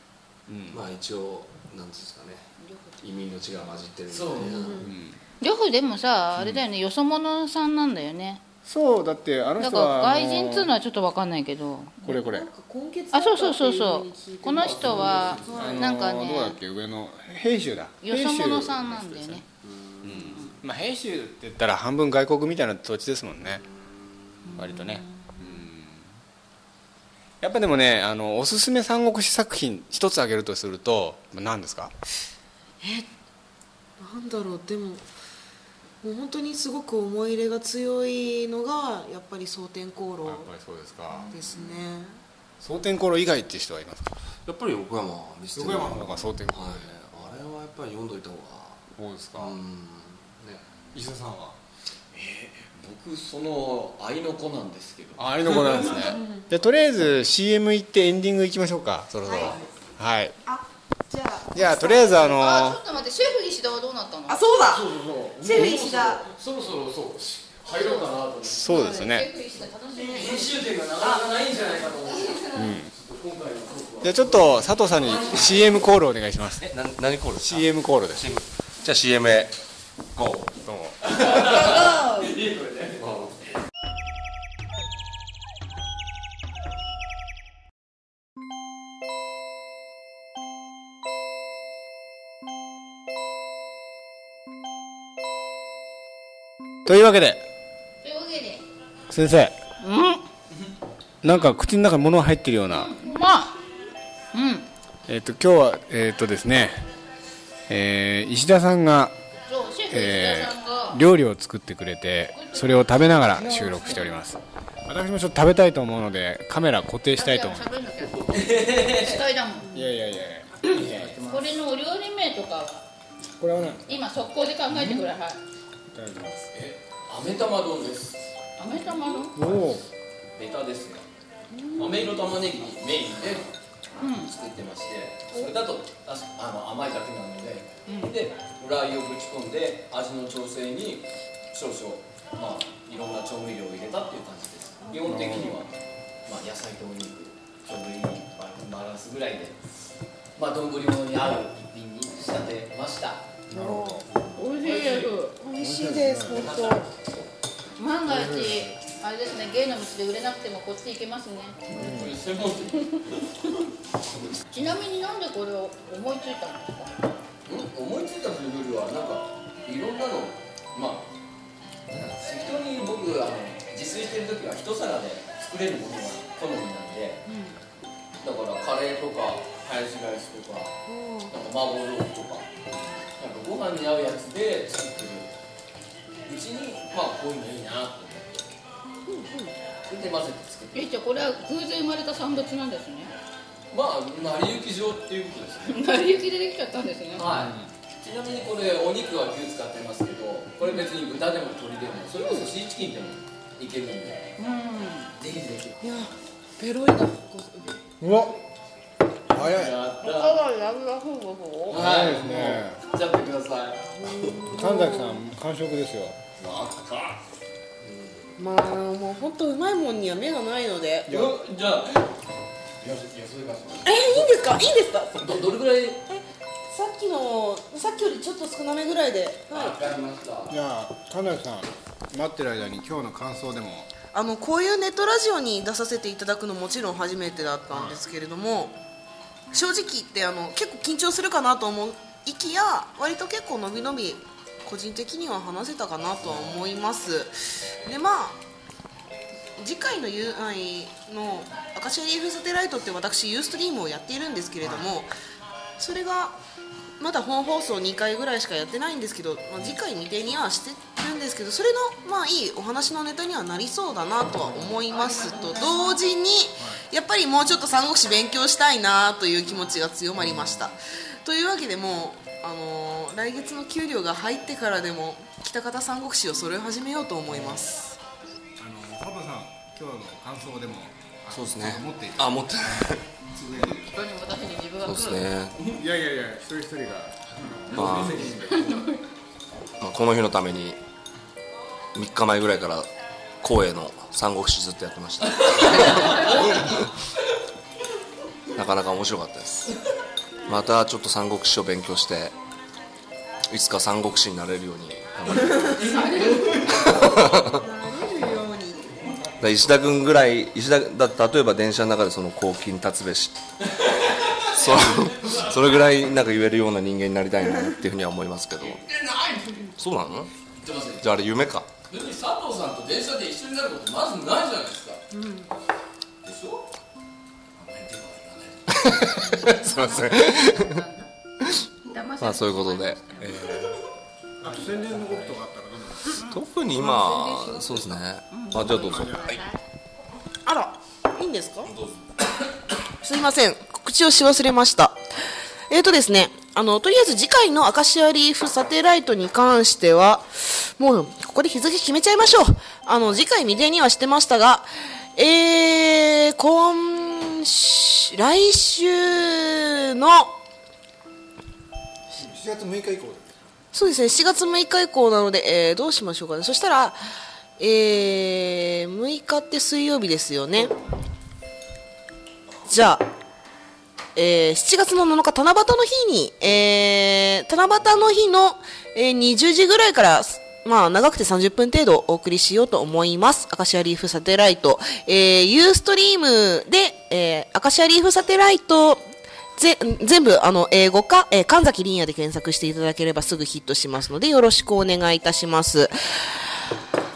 まあ一応なんていうんですかね移民の血が混じってるみたいな両方でもさあれだよね、よそ者さんなんだよねそうだってあのだ人かはら外人っつうのははちょっと分かんないけどこれこれ根血あそうそうそうそうこの人はなんかあのどうだっねけ上の兵州だよそ者さんなんだよ兵州の人ですねまあ兵州って言ったら半分外国みたいな土地ですもんね割とねうんやっぱでもねあのおすすめ三国志作品一つ挙げるとするとまあ何ですかなんだろうでももう本当にすごく思い入れが強いのがやっぱり蒼天航路りそうですかですね。蒼天航路以外っていう人はいますかやっぱり横山見せてる横山の方が蒼天航はい、あれはやっぱり読んどいた方そうですかがうんね伊佐さんは僕その愛の子なんですけどああれの子なん ですねじゃあとりあえず CM 行ってエンディング行きましょうかそろそろはいあ、じゃあ。じゃあとりあえずあのあちょっと待ってシェフ石田はどうなったのあ、そうだ。そうそうシェフ石田そろそろそうし入ろうかなと思ってそうですねシェフ石田楽しみ編集点がなかなかないんじゃないかと思って、今回のトークはじゃあちょっと佐藤さんに CM コールお願いしますえな何コールですか CM コールですじゃあ CM へ GO! どうもというわけでというわけで先生うなんか口の中に物が入ってるような、んうまいうんえっ、と今日はえっ、とですね、えー石田さんがそうシェフ石え田さんが、ー料理を作ってくれてそれを食べながら収録しております私もちょっと食べたいと思うのでカメラ固定したいと思います喋んなきゃ死体だもんいやいやいやこれのお料理名とかはこれはね今速攻で考えてくださいいただきます飴玉丼です飴玉のおおベタですね飴色玉ねぎメインで作ってましてそれだとああの甘いだけなので、でラー油をぶち込んで味の調整に少々まあいろんな調味料を入れたっていう感じです基本的には、まあ、野菜とお肉ちょうどいいバランスぐらいでまあ丼物に合う一品に仕立てました美味しいです美味しいです本当。万が一あれですね芸の道で売れなくてもこっち行けますね専門店ちなみになんでこれを思いついたんですかうん思いついたというよりはなんかいろんなのまあ適当に僕あの自炊してる時は一皿で作れるものが好みなんで、だからカレーとかハヤシライスとかなんか麻婆豆腐とかなんかご飯に合うやつで作ってるうちにまあこういうのいいなと思ってそれで混ぜて作ってえじゃあこれは偶然生まれた産物なんですねまあ成り行き上っていうことですね成り行きでできちゃったんですねはい、ちなみにこれお肉は牛使ってますけどこれ別に豚でも鶏でもそれこそシーチキンでもいけるんでぜうんひぜひいやペロリだ。うわ早いやったおかはわり油ふんごふんを早いいですねもうちゃってください神崎さん完食ですよわっかまあもう本当うまいもんには目がないので。うんじゃあえいいんですかいいんですか。どどれぐらいえさっきのさっきよりちょっと少なめぐらいで。はい。わかりましたじゃあ神崎さん待ってる間に今日の感想でもあのこういうネットラジオに出させていただくのももちろん初めてだったんですけれども、正直言ってあの結構緊張するかなと思いきや割と結構のびのび個人的には話せたかなとは思いますでまあ次回の UI の「アカシアリーフサテライト」って私ユーストリームをやっているんですけれどもそれがまだ本放送2回ぐらいしかやってないんですけど、まあ、次回未定にはしてるんですけどそれのまあいいお話のネタにはなりそうだなとは思いますと同時にやっぱりもうちょっと三国志勉強したいなという気持ちが強まりましたというわけでもう、あのー来月の給料が入ってからでも北方三国志を揃え始めようと思いますあのパパさん今日の感想でもあそうですね持っていたあ持ってない人にも私に自分がそう来でするねいやいやいや一人一人がまあまあ、この日のために3日前ぐらいから光栄の三国志ずっとやってましたなかなか面白かったですまたちょっと三国志を勉強していつか三国志になれるように頑張りますだから石田君ぐらい石田だ例えば電車の中でその「黄金達べし」そそれぐらいなんか言えるような人間になりたいなっていうふうには思いますけどそうなのすいませんじゃああれ夢か別に佐藤さんと電車で一緒になることまずないじゃないですか、でし ょあんまり手が入らないすいませんまあそういうことで、えあと宣伝のこととかあったらどうぞー特に今そうですねあじゃあどうぞあら、いいんですか。すいません、告知をし忘れました。えーとですね、あのとりあえず次回のアカシアリーフサテライトに関しては、もうここで日付決めちゃいましょう。あの次回未定にはしてましたが、えー、今週来週の7月6日以降でそうですね、7月6日以降なので、えーどうしましょうかね。そしたら、えー、6日って水曜日ですよね。じゃあ、えー7月の7日、七夕の日に、えー七夕の日の、えー20時ぐらいから、まあ、長くて30分程度お送りしようと思います。アカシアリーフサテライト。えー、ユーストリームで、えーアカシアリーフサテライト、ぜ全部あの英語か、えー神崎凛也で検索していただければすぐヒットしますのでよろしくお願いいたします。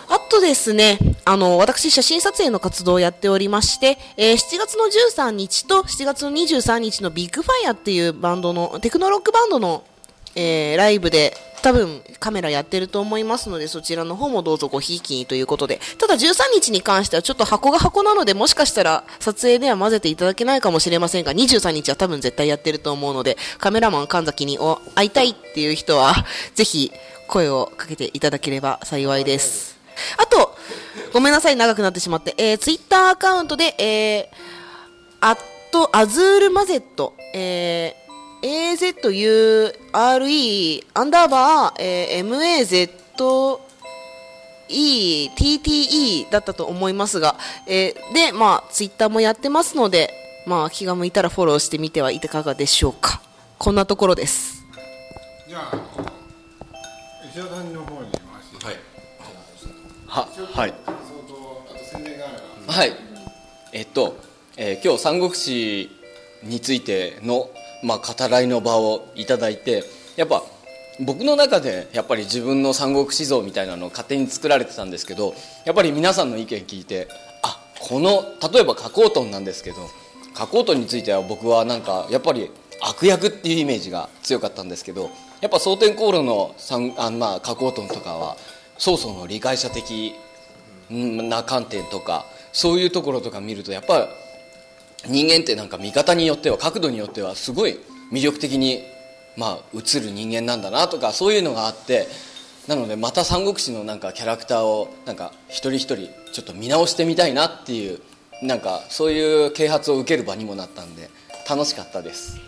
あとですね、あの、私、写真撮影の活動をやっておりまして、えー7月の13日と7月の23日のビッグファイアっていうバンドの、テクノロックバンドの、えーライブで多分カメラやってると思いますのでそちらの方もどうぞごひいきにということでただ13日に関してはちょっと箱が箱なのでもしかしたら撮影では混ぜていただけないかもしれませんが23日は多分絶対やってると思うのでカメラマン神崎にお会いたいっていう人はぜひ声をかけていただければ幸いですあとごめんなさい長くなってしまって、えー、ツイッターアカウントで、えーアットアズールマゼット、えー、AZURE アンダーバー、えー、MAZETTE だったと思いますが、えーで、まあ、ツイッターもやってますので、まあ、気が向いたらフォローしてみてはいかがでしょうか。こんなところです。じゃあ石田さんの方に回してはいははい感想とあと宣伝があればはい、えっと、えー今日三国志についての、まあ、語らいの場をいただいてやっぱ僕の中でやっぱり自分の三国志像みたいなのを勝手に作られてたんですけどやっぱり皆さんの意見聞いてあこの例えば加工トンなんですけど加工トンについては僕はなんかやっぱり悪役っていうイメージが強かったんですけどやっぱ蒼天航路の三あ、まあ、加工トンとかは曹操の理解者的うんな観点とかそういうところとか見るとやっぱ人間ってなんか見方によっては角度によってはすごい魅力的に、まあ、映る人間なんだなとかそういうのがあってなのでまた三国志のなんかキャラクターをなんか一人一人ちょっと見直してみたいなっていうなんかそういう啓発を受ける場にもなったんで楽しかったです。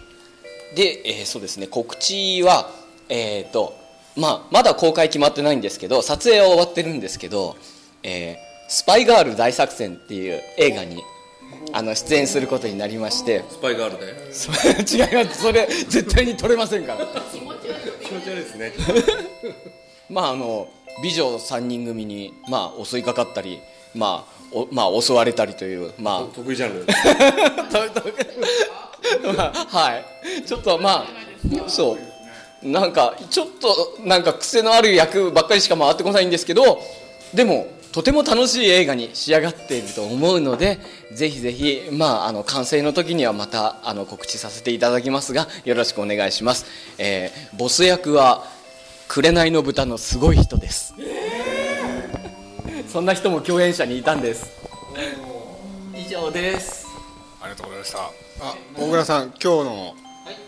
で、えーそうですね告知はえっ、とまあまだ公開決まってないんですけど撮影は終わってるんですけど、えースパイガール大作戦っていう映画にあの出演することになりまして スパイガールでそ違いますそれ絶対に撮れませんから 気持ち悪いですねまああの美女3人組にまあ襲いかかったりまあおまあ襲われたりというまあ得意ジャンルまあはいちょっとまあそうなんかちょっとなんか癖のある役ばっかりしか回ってこないんですけどでもとても楽しい映画に仕上がっていると思うのでぜひぜひ、まあ、あの完成の時にはまたあの告知させていただきますがよろしくお願いします、えーボス役は紅の豚のすごい人です、そんな人も共演者にいたんです以上ですありがとうございましたあ大倉さん今日の、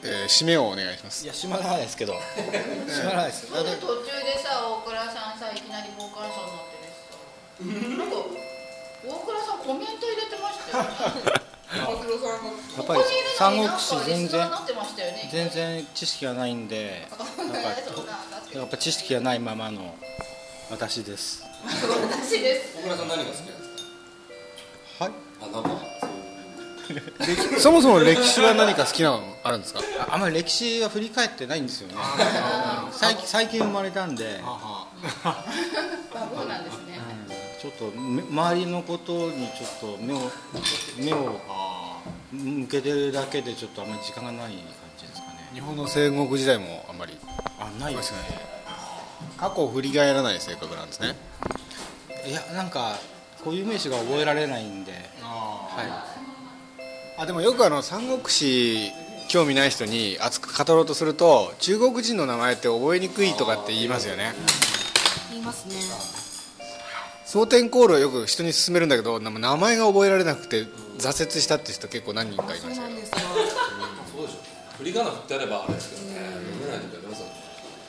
えー締めをお願いします いや閉まらないですけど閉まらないですなんで途中でさ大倉さんさいきなり傍観者になってるんですかなんか大倉さんコメント入れてましたよねやここっぱにりいるの三に国なん志かリ全スナー然になってましたよね全然知識がないんでそんなだってやっぱ知識がないままの私です私です小倉さん何が好きなんですはいかあなんかそもそも歴史は何か好きなのあるんですかああんまり歴史は振り返ってないんですよねうん最近最近生まれたんで孫なんですねちょっとめ周りのことにちょっと目を目を向けてるだけでちょっとあんまり時間がない感じですかね日本の戦国時代もあんまりあないですね過去を振り返らない性格なんですねいやなんかこういう名詞が覚えられないんではいあでもよくあの三国志興味ない人に熱く語ろうとすると中国人の名前って覚えにくいとかって言いますよね言いますね。蒼天航路をよく人に勧めるんだけど名前が覚えられなくて挫折したって人結構何人かいましたよですよ。そうでしょ振り仮名振ってあればあれですけどね読めない時ありますよね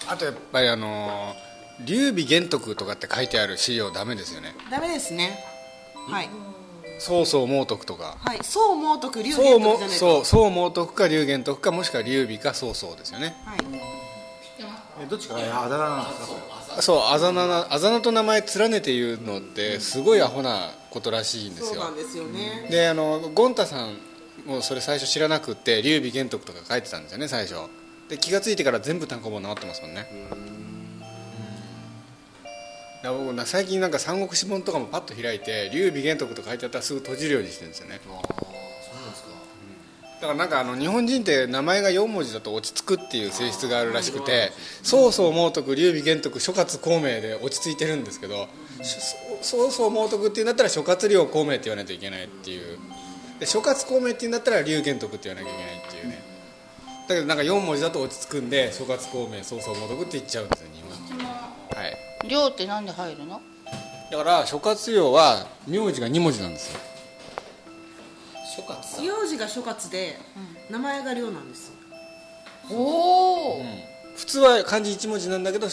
あとやっぱりあのー劉備玄徳とかって書いてある資料ダメですよねダメですね。はい。曹操猛徳とかはい。そう毛徳龍曹玄徳もじゃないですか。そう曹猛徳か劉玄徳かもしくは劉備か曹操ですよねはい。えどっちかあだ名なんですかそうあざななあざなと名前連ねて言うのってすごいアホなことらしいんですそうよなんですよね。であのゴン太さんもそれ最初知らなくって劉備玄徳とか書いてたんですよね最初で気が付いてから全部単行本直ってますもんねいや僕な最近なんか三国志本とかもパッと開いて劉備玄徳とか書いてあったらすぐ閉じるようにしてるんですよねだからなんかあの日本人って名前が4文字だと落ち着くっていう性質があるらしくて曹操猛徳劉備玄徳諸葛孔明で落ち着いてるんですけどし曹操猛徳っていうんだったら諸葛亮孔明って言わないといけないっていうで諸葛孔明って言うんだったら劉玄徳って言わなきゃいけないっていうねだけどなんか4文字だと落ち着くんで諸葛孔明曹操猛毒って言っちゃうんですよ日本はい量ってなんで入るのだから諸葛亮は名字が2文字なんですよ諸葛さん名字が諸葛で名前が亮なんですよおお、普通は漢字1文字なんだけど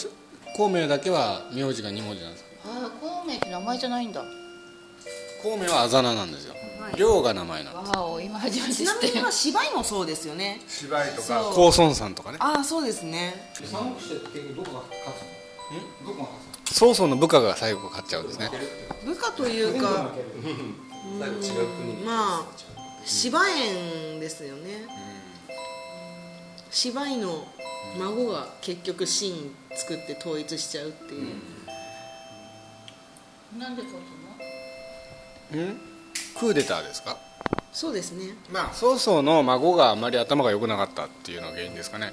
孔明だけは名字が2文字なんですあ孔明って名前じゃないんだ孔明はあざななんですよはい亮が名前なんですわお今初めてち知なっみてにまあ芝居もそうですよね芝居とか公孫さんとかねああそうですね三国志って結局どこが勝つのどこが勝つ曹操の部下が最後勝っちゃうんですね部下というか最後違う国にまあ芝園ですよね芝居の孫が結局シーン作って統一しちゃうっていう、なんでこううんクーデターですかそうですねまあ曹操の孫があまり頭が良くなかったっていうのが原因ですかね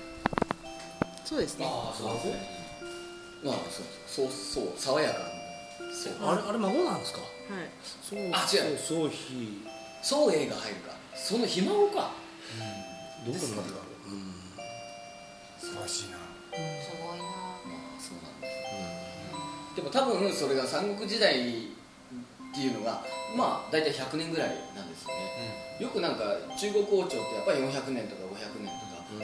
そうですねああそうですねまあそうそうそう爽やかなそうあれあれ孫なんですかはいあ違うの総比宋英が入るかそのひ孫かどこの中だろ素晴らしいなすごいなまあそうなんですでも多分それが三国時代っていうのがまあ大体100年ぐらいなんですよね、よくなんか中国王朝ってやっぱり400年とか500年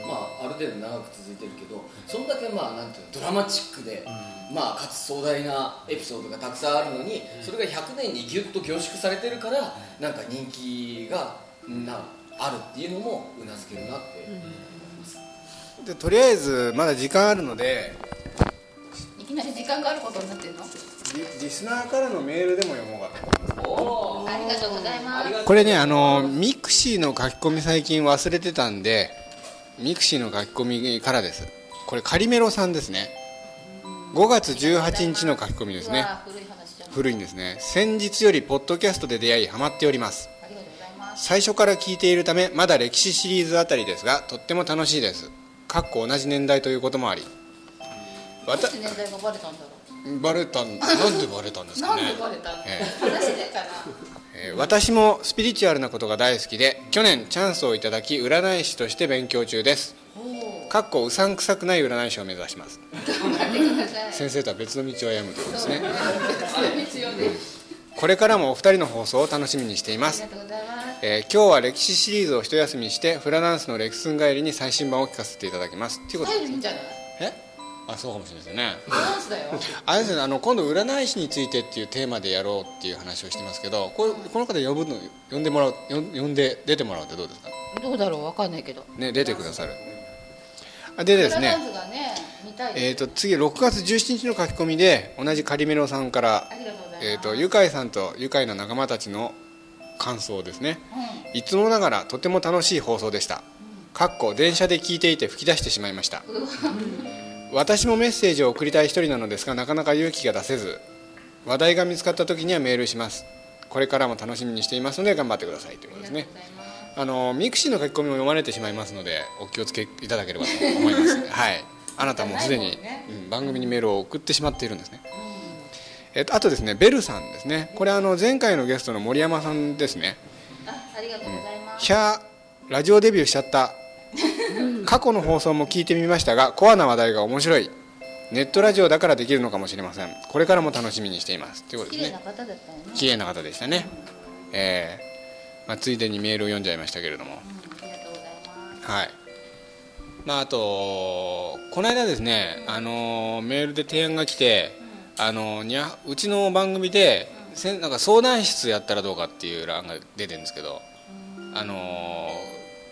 とか、まあある程度長く続いてるけどそんだけまあなんていうのドラマチックで、まあかつ壮大なエピソードがたくさんあるのに、それが100年にギュッと凝縮されてるから、なんか人気がなあるっていうのもうなずけるなって、でとりあえずまだ時間あるのでいきなり時間があることになってるのリリスナーからのメールでも読もうかと思いますおありがとうございますこれねあのミクシーの書き込み最近忘れてたんでミクシーの書き込みからですこれカリメロさんですね5月18日の書き込みですうねわ古い話じゃん古いんですね先日よりポッドキャストで出会いハマっておりますありがとうございます最初から聞いているためまだ歴史シリーズあたりですがとっても楽しいですかっこ同じ年代ということもありわどうたして年代がバレたんだろバレたんなんでバレたんでうすなかんねでバレたのええ話でかなえー私もスピリチュアルなことが大好きで去年チャンスをいただき占い師として勉強中ですおおかっこうさんくさくない占い師を目指します頑張ってください先生とは別の道を歩むということですね必要ですこれからもお二人の放送を楽しみにしていまありすが、とうございますえー今日は歴史シリーズを一休みしてフラダンスのレッスン帰りに最新版を聞かせていただきますっていうこと入るんじゃないえあそうかもしれないですねダンスだよあれですねあの今度占い師についてっていうテーマでやろうっていう話をしてますけどこれこの方呼ぶの呼んでもらう呼ん呼んで出てもらうってどうですかどうだろうわかんないけどね出てくださるあでですフラダンねスがね見たいですえー、と次6月17日の書き込みで同じカリメロさんからあ、りがとうございますえー、とゆかいさんとゆかいの仲間たちの感想ですねういつもながらとても楽しい放送でしたかっこ電車で聞いていて吹き出してしまいましたんうわ私もメッセージを送りたい一人なのですがなかなか勇気が出せず話題が見つかった時にはメールしますこれからも楽しみにしていますので頑張ってくださいということですねありがとうございますあのミクシーの書き込みも読まれてしまいますのでお気をつけいただければと思います はいあなたもうすでないにもんねうん番組にメールを送ってしまっているんですね、えっと、あとですねベルさんですねこれあの前回のゲストの森山さんですねあありがとうございますひゃーラジオデビューしちゃ った過去の放送も聞いてみましたがコアな話題が面白いネットラジオだからできるのかもしれませんこれからも楽しみにしていますということ綺です麗ねな方だったよね綺麗な方でしたね、えーまあ、ついでにメールを読んじゃいましたけれども、うんありがとうございますはいまあ、あとこの間ですね、あのメールで提案が来て、あのにゃうちの番組で、せんなんか相談室やったらどうかっていう欄が出てるんですけど、あの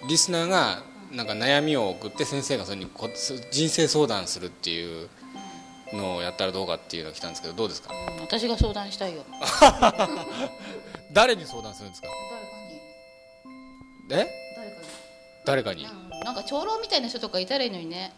リスナーがなんか悩みを送って先生がそれにこ人生相談するっていうのをやったらどうかっていうのが来たんですけどどうですかうん私が相談したいよ 誰に相談するんですか誰かにえ誰かに誰かにうんなんか長老みたいな人とかいたらいいのにね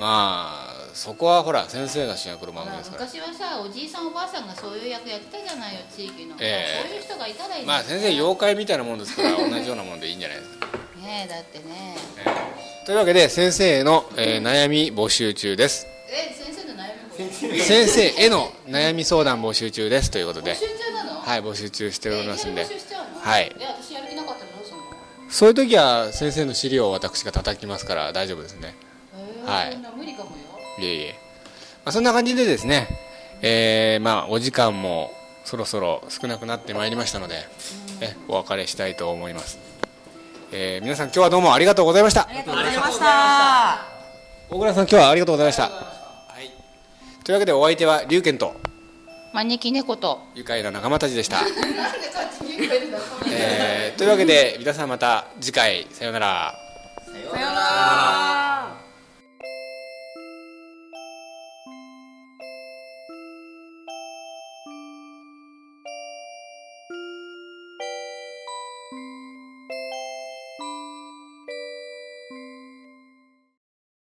まあそこはほら先生が主役の番組ですから昔はさおじいさんおばあさんがそういう役やってたじゃないよ地域の、ええそういう人がいたらいいのにまあ先生妖怪みたいなもんですから同じようなもんでいいんじゃないですかねえだってねというわけで先生への、えー悩み募集中ですえ先生の悩み募集先生への悩み相談募集中ですということ募で集中なのはいい募集中しておえりますんでいきなり募集しちゃうのはいえ私やる気なかったらどうするのそういう時は先生の資料を私が叩きますから大丈夫ですねえーはいそんな無理かもよいえいえ、まあ、そんな感じでですね、えーまあ、お時間もそろそろ少なくなってまいりましたので、えお別れしたいと思います、えー皆さん今日はどうもありがとうございましたありがとうございました。大倉さん今日はありがとうございましたというわけでお相手は龍賢と招き猫と愉快な仲間たちでした、えーというわけで皆さんまた次回さようならさようなら。